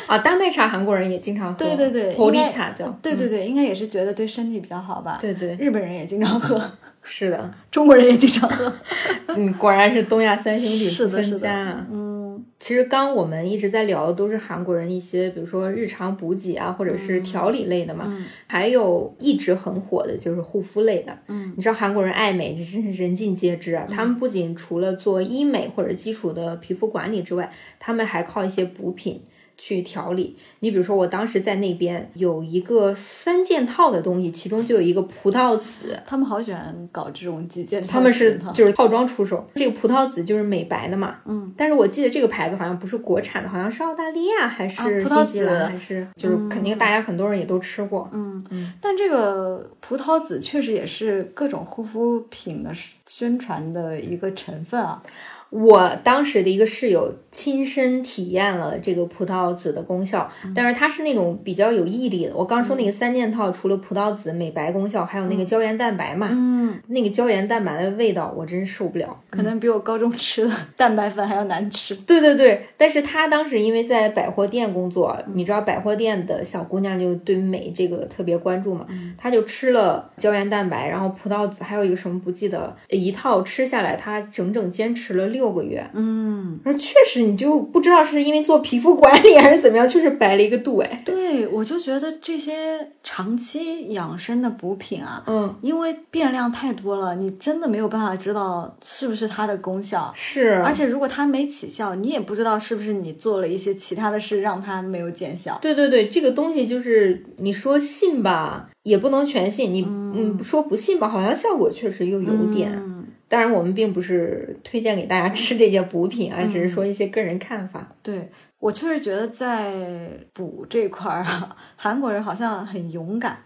啊，丹麦茶韩国人也经常喝，
哦对对对
普
应
洱
该哦
茶叫，
对对对，应该也是觉得对身体比较好吧。
对对，
日本人也经常喝，
是的，
中国人也经常喝。
嗯，果然是东亚三兄弟
是
不
的
分
是的
家啊。嗯，其实刚我们一直在聊的都是韩国人一些，比如说日常补给啊，或者
嗯
是调理类的嘛，还有一直很火的就是护肤类的。嗯，你知道韩国人爱美，这真是人尽皆知
嗯
啊。他们不仅除了做医美或者基础的皮肤管理之外，他们还靠一些补品。去调理，你比如说，我当时在那边有一个三件套的东西，其中就有一个葡萄籽，
他们好喜欢搞这种几件套
他们是
型的
就是套装出售，这个葡萄籽就是美白的嘛，嗯，但是我记得这个牌子好像不是国产的，好像是澳大利亚还是
啊葡萄
新西
籽嗯
兰还是，就是肯定大家很多人也都吃过，嗯，
但这个葡萄
嗯
籽确实也是各种护肤品的宣传的一个成分啊。
我当时的一个室友亲身体验了这个葡萄籽的功效，
嗯
但是它是那种比较有毅力的。我刚说那个三件套，除了葡萄籽美白功效，还有那个胶原蛋白嘛，
嗯，
那个胶原蛋白的味道我真受不了。
可能比我高中吃的蛋白粉还要难吃。
对对对，但是她当时因为在百货店工作，你知道百货店的小姑娘就对美这个特别关注嘛，她就吃了胶原蛋白，然后葡萄籽，还有一个什么不记得了，一套吃下来，她整整坚持了六个月。
嗯，
然后确实你就不知道是因为做皮肤管理还是怎么样，确实白了一个度哎。
对，我就觉得这些长期养生的补品啊，
嗯，
因为变量太多了，你真的没有办法知道是不是它的功效。
是，啊
而且如果它没起效，你也不知道是不是你做了一些其他的事让它没有见效。
对对对，这个东西就是你说信吧，也不能全信，你嗯说不信吧，好像效果确实又有点。
嗯，
当然，我们并不是推荐给大家吃这些补品啊，
嗯
只是说一些个人看法。
对我确实觉得在补这块儿啊， 韩国人好像很勇敢，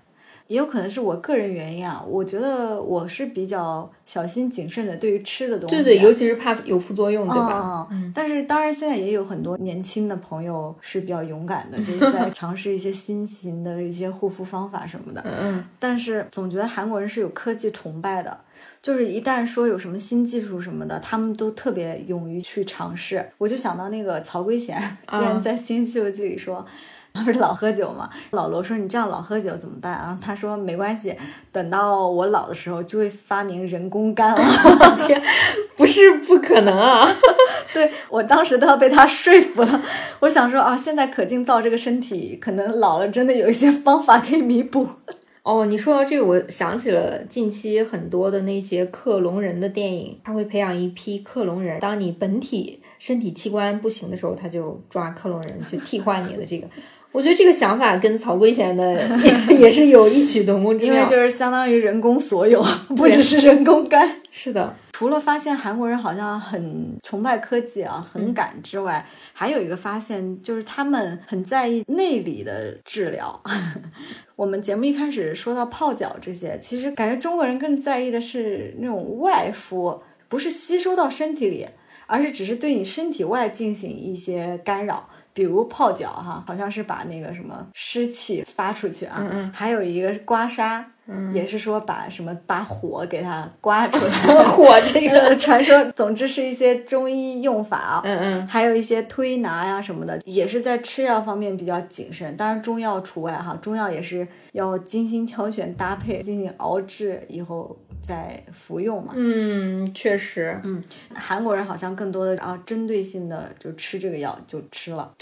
也有可能是我个人原因啊。我觉得我是比较小心谨慎的，对于吃的东西啊、
对对，尤其是怕有副作用，对吧？
嗯嗯但是当然，现在也有很多年轻的朋友是比较勇敢的，就是 在尝试一些新型的一些护肤方法什么的。
嗯嗯，
但是总觉得韩国人是有科技崇拜的，就是一旦说有什么新技术什么的，他们都特别勇于去尝试。我就想到那个曹圭贤， 之前在《新西游记》里说。 他不是老喝酒嘛？老罗说你这样老喝酒怎么办、然后他说没关系，等到我老的时候就会发明人工肝了。
天，不是不可能啊！
对我当时都要被他说服了。我想说啊，现在可劲造这个身体，可能老了真的有一些方法可以弥补。
哦，你说到这个，我想起了近期很多的那些克隆人的电影，他会培养一批克隆人，当你本体身体器官不行的时候，他就抓克隆人去替换你的这个。我觉得这个想法跟曹圭贤的也 也是有异曲同工之
因
妙
为。就是相当于人工所有，不只是人工肝。
是的，
除了发现韩国人好像很崇拜科技啊，很敢之外，还有一个发现就是他们很在意内里的治疗。 我们节目一开始说到泡脚这些，其实感觉中国人更在意的是那种外敷，不是吸收到身体里，而是只是对你身体外进行一些干扰。比如泡脚哈，好像是把那个什么湿气发出去啊，还有一个是刮痧，也是说把什么把火给它刮出来，
火这个，
呃，传说，总之是一些中医用法啊，
嗯嗯，
还有一些推拿呀、什么的，也是在吃药方面比较谨慎，当然中药除外哈，中药也是要精心挑选搭配，进行熬制以后再服用嘛。
嗯，确实，
韩国人好像更多的啊针对性的就吃这个药就吃了，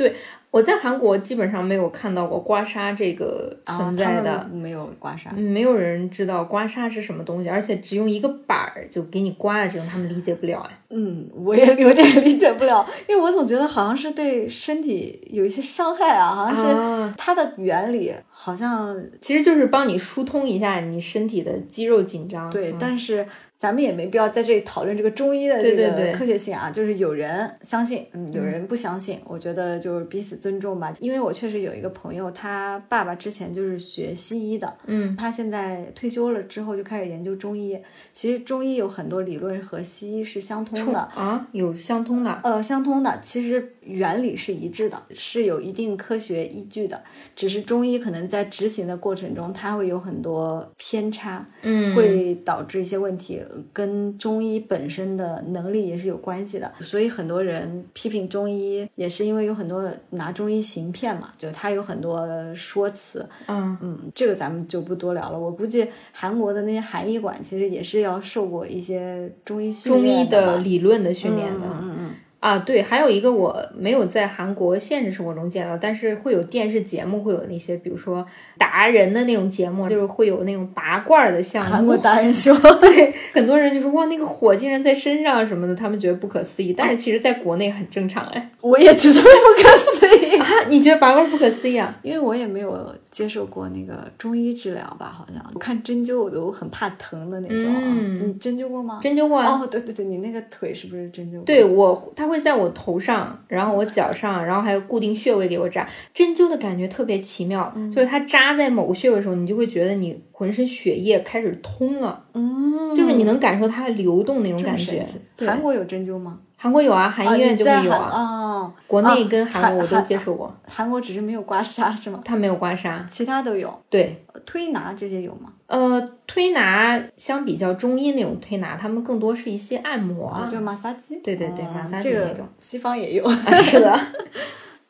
我在韩国基本上没有看到过刮痧这个存在嗯的，
啊、他们没有刮痧。
嗯没有人知道刮痧是什么东西，而且只用一个板儿就给你刮了，这种他们理解不了哎。
嗯，我也 有点理解不了，因为我总觉得好像是对身体有一些伤害啊，好像
啊
是它的原理好像
其实就是帮你疏通一下你身体的肌肉紧张。
对，
嗯
但是咱们也没必要在这里讨论这个中医的这
对对
个
对
科学性啊，就是有人相信，嗯，有人不相信，我觉得就是彼此尊重吧。因为我确实有一个朋友，他爸爸之前就是学西医的，
嗯
他现在退休了之后就开始研究中医。其实中医有很多理论和西医是相通的。
啊有相通的，
呃，相通的，其实原理是一致的，是有一定科学依据的，只是中医可能在执行的过程中，它会有很多偏差。
嗯
会导致一些问题，跟中医本身的能力也是有关系的。所以很多人批评中医，也是因为有很多拿中医行骗嘛，就他有很多说辞。
嗯
嗯，这个咱们就不多聊了。我估计韩国的那些韩医馆其实也是要受过一些中医训
中医
练的
的
嘛
理论的训练
嗯
的。
嗯嗯
啊，对，还有一个我没有在韩国现实生活中见到，但是会有电视节目，会有那些比如说达人的那种节目，就是会有那种拔罐儿的项
嗯，
目。
韩国达人秀。
对，很多人就说哇，那个火竟然在身上什么的，他们觉得不可思议，但是其实在国内很正常哎。
我也觉得不可思议，
啊， 你觉得拔罐不可思议啊？
因为我也没有接受过那个中医治疗吧，好像我看针灸我都很怕疼的那种啊。
嗯
你针灸过吗？
针灸过啊？
哦，对对对，你那个腿是不是针灸？
对，我，它会在我头上，然后我脚上，然后还有固定穴位给我扎针灸的感觉特别奇妙，
嗯
就是它扎在某个穴位的时候，你就会觉得你浑身血液开始通了，
嗯，
就是你能感受它流动那种
这么
感
神
觉。
奇
对
韩国有针灸吗？
韩国有啊，韩医院就会
你
有
在韩
啊。
哦，
国内跟
啊
韩国我
韩
都接受过，
韩国只是没有刮痧是吗？
它没有刮痧。
其他都有，
对，
推拿这些有吗？
呃，推拿相比较中医那种推拿，他们更多是一些按摩啊
啊，就马萨基，
对对对
嗯
马萨基
这
那
个
种
西方也有。
是的，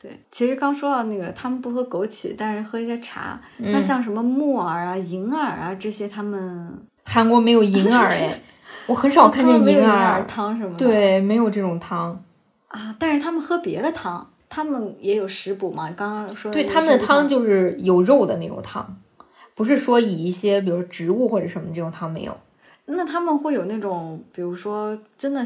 对，其实刚说到那个，他们不喝枸杞，但是喝一些茶。
嗯
那像什么木耳啊、银耳啊这些，他们
韩国没有银耳 哎，我很少看
他
见
们没有
银
银
耳。
汤什么的。
对，没有这种汤。
啊，但是他们喝别的汤，他们也有食补嘛。刚刚说
对，
那个
他们的
食补汤
汤就是有肉的那种汤，不是说以一些比如植物或者什么这种汤没有。
那他们会有那种，比如说真的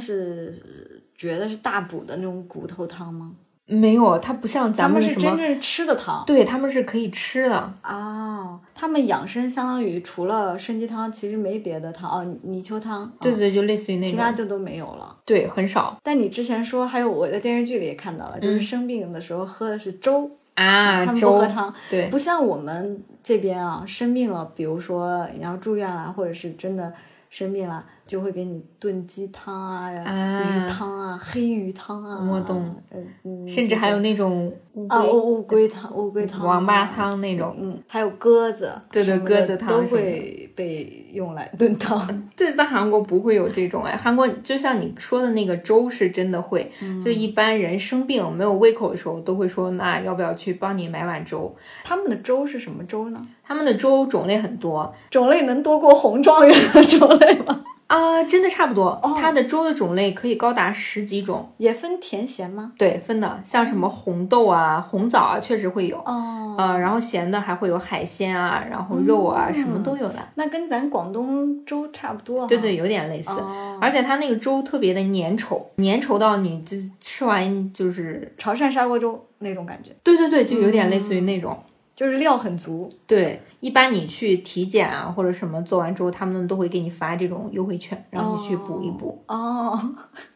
是觉得是大补的那种骨头汤吗？
没有，它不像
他
咱
们
们
是
什
真
么，
正吃的汤
对，他们是可以吃的。
哦，他们养生相当于除了参鸡汤，其实没别的汤哦，泥鳅汤，哦
对对，就类似于那
其他
种，
就都没有了。
嗯对，很少
但你之前说，还有我在电视剧里也看到了，就是生病的时候喝的是粥，
嗯啊
他。们不
粥
喝，汤，
对，
不像我们这边啊，生病了，比如说你要住院啦，或者是真的生病了，就会给你炖鸡汤啊、
啊
鱼汤啊、黑鱼汤啊，
我懂
嗯，嗯，
甚至还有
这
那种乌
些啊
哦龟、
乌乌龟汤、乌龟汤、
王八，汤那种。
嗯，还有鸽子，
对对
什么
鸽
的
子汤
都
什么的
会被用来炖 汤。
对，在韩国不会有这种哎，韩国就像你说的那个粥是真的会，
嗯
就一般人生病没有胃口的时候，都会说那要不要去帮你买碗粥？
他们的粥是什么粥呢？
他们的粥种类很多
种类能多过红状元的 种类吗？
啊、真的差不多。
哦
它的粥的种类可以高达十几种，
也分甜咸吗？
对，分的像什么红豆啊、红枣啊，确实会有。
哦，
呃，然后咸的还会有海鲜啊，然后肉啊，
嗯
什么都有的。
那跟咱广东粥差不多。
对对，，有点类似，
哦
而且它那个粥特别的粘稠，粘稠到你就吃完就是，
潮汕砂锅粥那种感觉，
对对对，就有点类似
嗯
于那种。
就是料很足。
对，一般你去体检啊或者什么做完之后，他们都会给你发这种优惠券，让你去补一补。
哦，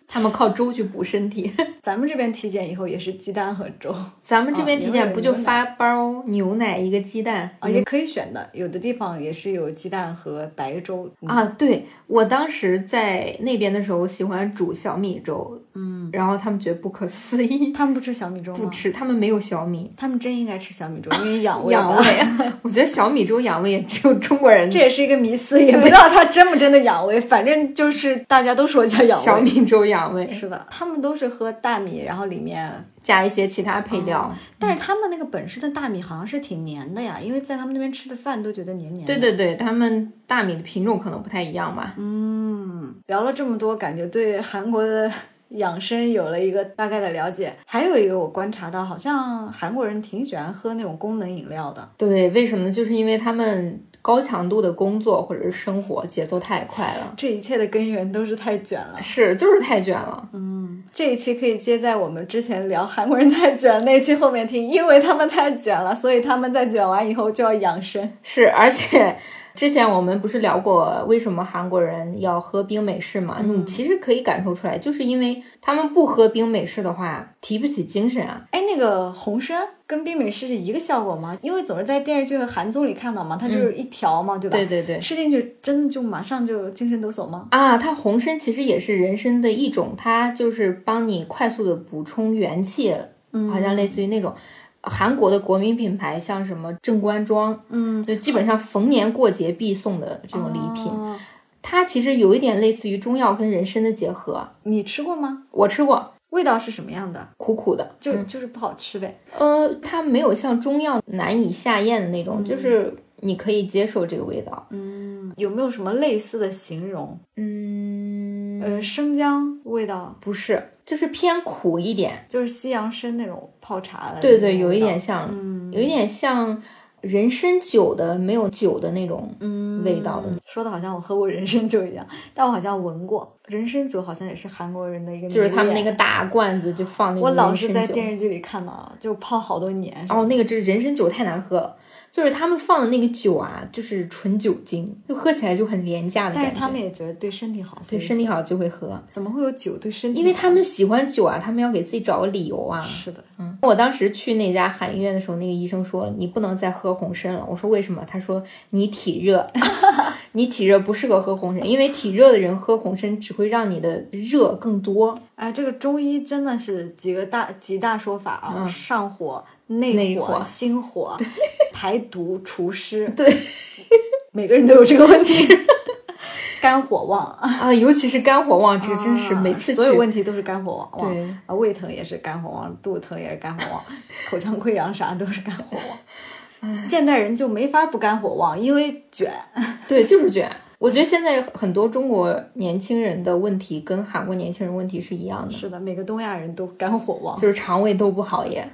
他们靠粥去补身体。
咱们这边体检以后也是鸡蛋和粥啊、
咱们这边
哦
体
牛
检
奶
不就
牛奶
发包牛奶一个鸡蛋？
也可以选的。有的地方也是有鸡蛋和白粥。嗯、
啊，对我当时在那边的时候喜欢煮小米粥，嗯，然后他们觉得不可思议，
嗯他们不吃小米粥吗？
不吃，他们没有小米
他们真应该吃小 米粥，因为养胃吧
养胃。 我觉得小米粥养胃也只有中国人
这也是一个迷思，也不知道它真不真的养胃，反正就是大家都说叫养
小
胃。
米粥养胃，
是的，他们都是喝大米，然后里面，
加一些其他配料。
但是他们那个本市的大米好像是挺黏的呀，因为在他们那边吃的饭都觉得黏黏的。
对对对，他们大米的品种可能不太一样吧。嗯
聊了这么多，感觉对韩国的养生有了一个大概的了解。还有一个我观察到，好像韩国人挺喜欢喝那种功能饮料的。
对，为什么呢？就是因为他们高强度的工作或者是生活节奏太快了，
这一切的根源都是太卷了。
是就是太卷了。
这一期可以接在我们之前聊韩国人太卷那一期后面听，因为他们太卷了，所以他们在卷完以后就要养生。
是，而且之前我们不是聊过为什么韩国人要喝冰美式吗？你其实可以感受出来，就是因为他们不喝冰美式的话，提不起精神啊。
哎，那个红参跟冰美式是一个效果吗？因为总是在电视剧和韩综里看到嘛，它就是一条嘛，对吧？
对对对。
吃进去真的就马上就精神抖擞吗？
啊，它红参其实也是人参的一种，它就是帮你快速的补充元气，好像类似于那种。韩国的国民品牌像什么正官庄，嗯，就基本上逢年过节必送的这种礼品，
哦
它其实有一点类似于中药跟人参的结合。
你吃过吗？
我吃过，
味道是什么样的？
苦苦的，
就、就是不好吃呗。
呃，它没有像中药难以下咽的那种，就是你可以接受这个味道。
嗯，有没有什么类似的形容？
嗯，
呃，生姜味道，
不是，就是偏苦一点，
就是西洋参那种泡茶的。嗯
对对，有一点。像，有一点像人参酒的没有酒的那种味道的，
嗯说的好像我喝过人参酒一样，但我好像闻过人参酒，好像也是韩国人的一个。
就是他们那个。大罐子就放那
我
个
老
人
是在
参酒。
电视剧里看到，就泡好多年。
哦，那个真人参酒太难喝了，就是他们放的那个酒啊，就是纯酒精，就喝起来就很廉价的
但
感
是
觉。
他们也觉得对身体好，所
对
以
身体好就会喝，
怎么会有酒对身体好？
因为他们喜欢酒啊，他们要给自己找个理由啊。
是的，
嗯，我当时去那家韩医院的时候，那个医生说你不能再喝红参了。我说为什么？他说你体热， 你体热不适合喝红参，因为体热的人喝红参只会让你的热更多。
哎，这个中医真的是几个大几大说法啊，
嗯
上火、
内
内
火
心火、 排毒、除 湿，
对
每个人都有这个问 题。肝火 旺，
啊，尤其是肝火旺，这个真是
啊
每次
所有
去
问题都是肝火旺。
对
啊，胃疼也是肝火旺，肚子疼也是肝火旺，口腔溃疡啥都是肝火旺。现代人就没法不肝火旺，因为卷。
对，就是卷。我觉得现在很多中国年轻人的问题跟韩国年轻人问题是一样的，
是的，每个东亚人都肝火旺。
就是肠胃都不好也。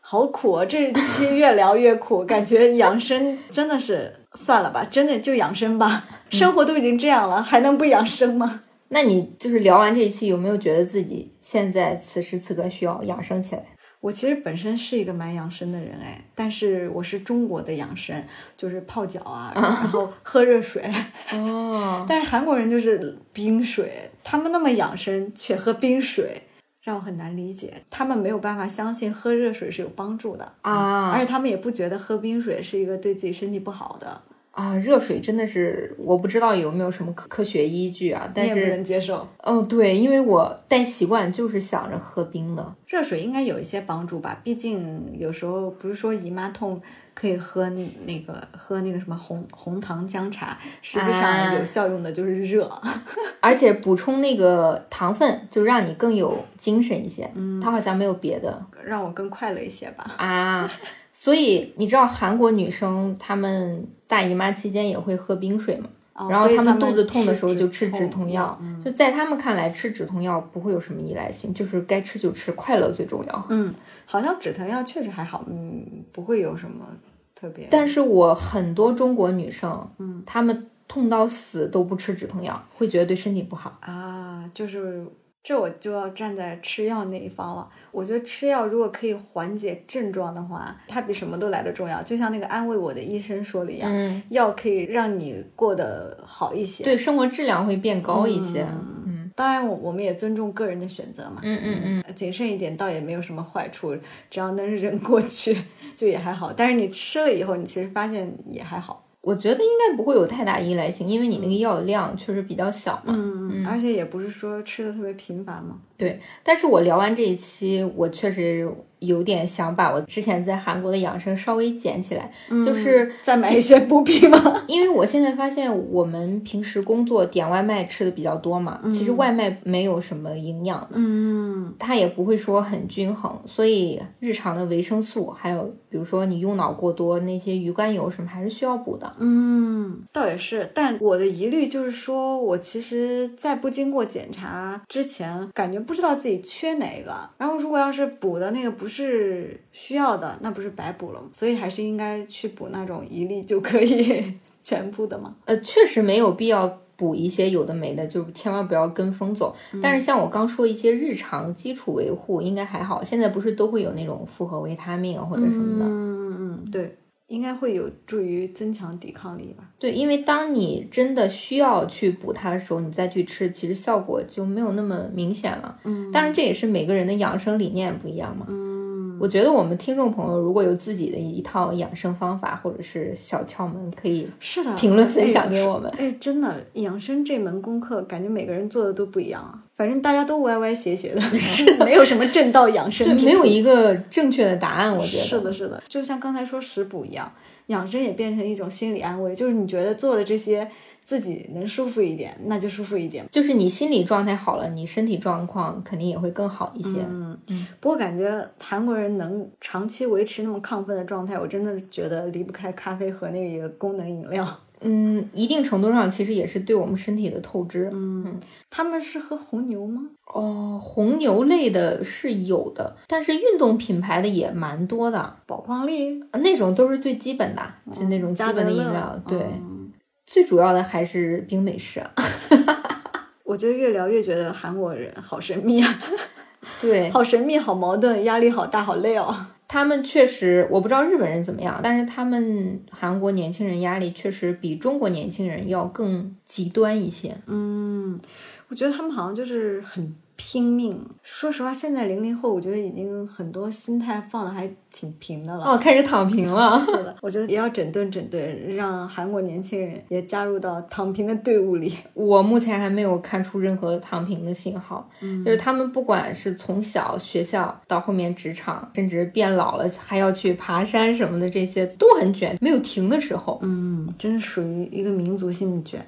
好苦、啊，这一期越聊越 苦，感觉养生真的是算了吧，真的就养生吧。 生活都已经这样了，还能不养生吗？
那你就是聊完这一期，有没有觉得自己现在此时此刻需要养生起来？
我其实本身是一个蛮养生的人哎，但是我是中国的养生，就是泡脚 啊，然后喝热水。
哦，
但是韩国人就是冰水，他们那么养生却喝冰水，让我很难理解。他们没有办法相信喝热水是有帮助的
啊
而且他们也不觉得喝冰水是一个对自己身体不好的，
啊，热水真的是我不知道有没有什么科科学依据啊，
你
但
也不
是
能接受。
哦，对，因为我带习惯就是想着喝冰的，
热水应该有一些帮助吧，毕竟有时候不是说姨妈痛可以喝那个喝那个什么红红糖姜茶，实际
啊
上有效用的就是热。
而且补充那个糖分，就让你更有精神一些。嗯，它好像没有别的
让我更快乐一些吧。
啊，所以你知道韩国女生她们大姨妈期间也会喝冰水吗？
哦
然后
所以
她
他
们肚子痛的时候就吃
吃
止痛药，嗯就在她们看来吃止痛药不会有什么依赖性，就是该吃就吃，快乐最重要。
嗯，好像止疼药确实还好，嗯，不会有什么特别。
但是我很多中国女生，嗯，她们痛到死都不吃止痛药，会觉得对身体不好。
啊，就是这我就要站在吃药那一方了。我觉得吃药如果可以缓解症状的话，它比什么都来的重要。就像那个安慰我的医生说的一样，
嗯，
药可以让你过得好一些。
对，生活质量会变高一些。嗯
当然我我们也尊重个人的选择嘛，呃
嗯嗯嗯，
谨慎一点倒也没有什么坏处，只要能忍过去就也还好。但是你吃了以后，你其实发现也还好。
我觉得应该不会有太大依赖性，因为你那个药量确实比较小嘛。
嗯，而且也不是说吃的特别频繁嘛。
对，但是我聊完这一期，我确实有点想把我之前在韩国的养生稍微捡起来，就是
再买一些补品嘛。
因为我现在发现，我们平时工作点外卖吃的比较多嘛，其实外卖没有什么营养的，
嗯，
它也不会说很均衡，所以日常的维生素，还有比如说你用脑过多那些鱼肝油什么，还是需要补的。
嗯，倒也是，但我的疑虑就是说，我其实，在不经过检查之前，感觉不知道自己缺哪个。然后，如果要是补的那个不是需要的，那不是白补了吗？所以还是应该去补那种一粒就可以 全部的嘛。
呃，确实没有必要补一些有的没的，就千万不要跟风走。
嗯
但是像我刚说一些日常基础维护应该还好，现在不是都会有那种复合维他命或者什么的。
嗯嗯，对，应该会有助于增强抵抗力吧。
对，因为当你真的需要去补它的时候，你再去吃，其实效果就没有那么明显了。嗯，当然这也是每个人的养生理念不一样嘛。嗯，我觉得我们听众朋友如果有自己的一套养生方法或者是小窍门，可以
是的，
评论分
哎
享给我们。
哎，真的，养生这门功课，感觉每个人做的都不一样啊。反正大家都歪歪斜斜的， 没有什么正道养生
对，
之
没有
途
一个正确的答案，我觉得
是的，是的，就像刚才说食补一样，养生也变成一种心理安慰，就是你觉得做了这些，自己能舒服一点，那就舒服一点。
就是你心理状态好了，你身体状况肯定也会更好一些。
嗯不过感觉韩国人能长期维持那么亢奋的状态，我真的觉得离不开咖啡和那个功能饮料。
嗯，一定程度上其实也是对我们身体的透支。
嗯他们是喝红牛吗？
哦，红牛类的是有的，但是运动品牌的也蛮多的，啊
宝矿力，
那种都是最基本的，就那种基
哦加
本的
德
饮
乐
料。对，
嗯
最主要的还是冰美式。啊
我觉得越聊越觉得韩国人好神秘啊，
对
好神秘，好矛盾，压力好大，好累哦。
他们确实，我不知道日本人怎么样，但是他们韩国年轻人压力确实比中国年轻人要更极端一些。
嗯嗯，我觉得他们好像就是很拼命。说实话，现在零零后，我觉得已经很多心态放的还挺平的了。
哦，开始躺平 了。
是的，我觉得也要整顿整顿，让韩国年轻人也加入到躺平的队伍里。
我目前还没有看出任何躺平的信号，就是他们不管是从小学校到后面职场，甚至变老了还要去爬山什么的，这些都很卷，没有停的时候。
嗯，真是属于一个民族性的卷，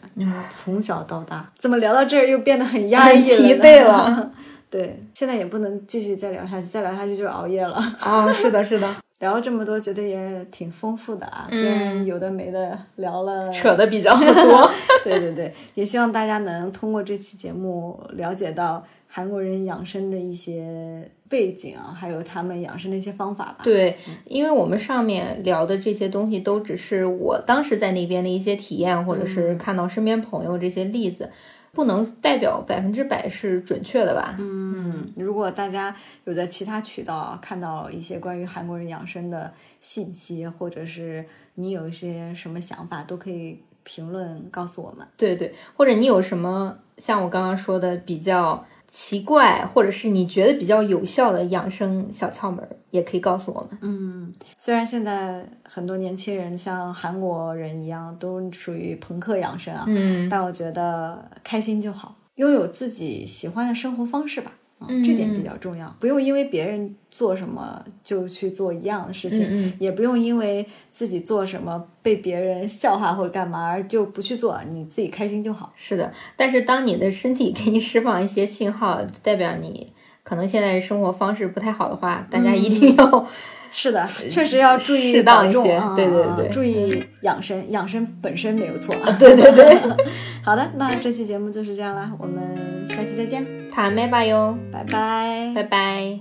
从小到大。怎么聊到这儿又变得很压抑
嗯很疲
呢
惫了？
对，现在也不能继续再聊下去，再聊下去就是熬夜了。
哦，是的，是的，
聊了这么多，觉得也挺丰富的啊，虽然有的没的聊了。
嗯扯的比较多。
对对对，也希望大家能通过这期节目了解到韩国人养生的一些背景啊，还有他们养生的一些方法吧。
对，因为我们上面聊的这些东西都只是我当时在那边的一些体验，或者是看到身边朋友这些例子，不能代表百分之百是准确的吧？嗯，
嗯，如果大家有在其他渠道啊看到一些关于韩国人养生的信息，或者是你有一些什么想法，都可以评论告诉我们。
对对。或者你有什么像我刚刚说的比较奇怪，或者是你觉得比较有效的养生小窍门儿，也可以告诉我们。
虽然现在很多年轻人像韩国人一样都属于朋克养生啊，
嗯
但我觉得开心就好，拥有自己喜欢的生活方式吧。嗯，这点比较重要，不用因为别人做什么就去做一样的事情，
嗯嗯
也不用因为自己做什么被别人笑话或者干嘛而就不去做，你自己开心就好。
是的，但是当你的身体给你释放一些信号，代表你可能现在生活方式不太好的话，大家一定要、
是的，确实要注意
适当
保重
一些
啊
对对对
注意养生，养生本身没有错。啊
对对对，
好的，那这期节目就是这样啦，我们下期再见，
塔麦吧哟，
拜拜
拜拜。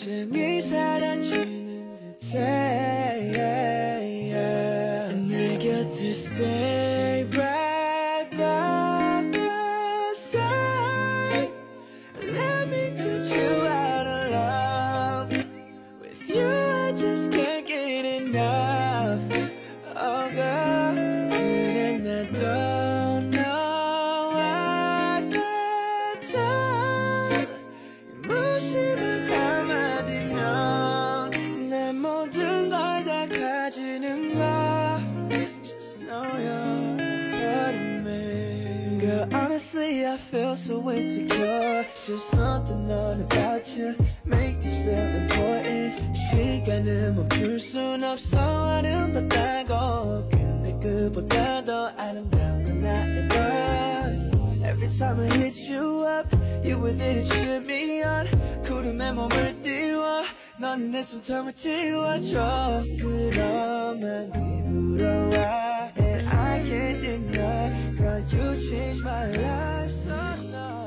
천천히 사라지는 듯해 내 곁에 stay right by my side Let me teach you how to love With you I just can't get enough Oh girl 그냥 나도 know I could tell 무심한 한마디면 내 모든 걸 다 가지는 마 Just know you're part of me Girl honestly I feel so insecure Just something on about you Make this feel important 시간을 멈출 순 없어 아름답다고 근데 그보다 더 아름다운 건 나의 걸 Every time I hit you up, you were there to cheer me on. 구름에 몸을 띄워, 넌 내 숨통을 띄워줘. 그러면 네 부러워, and I can't deny. Girl, you changed my life so long.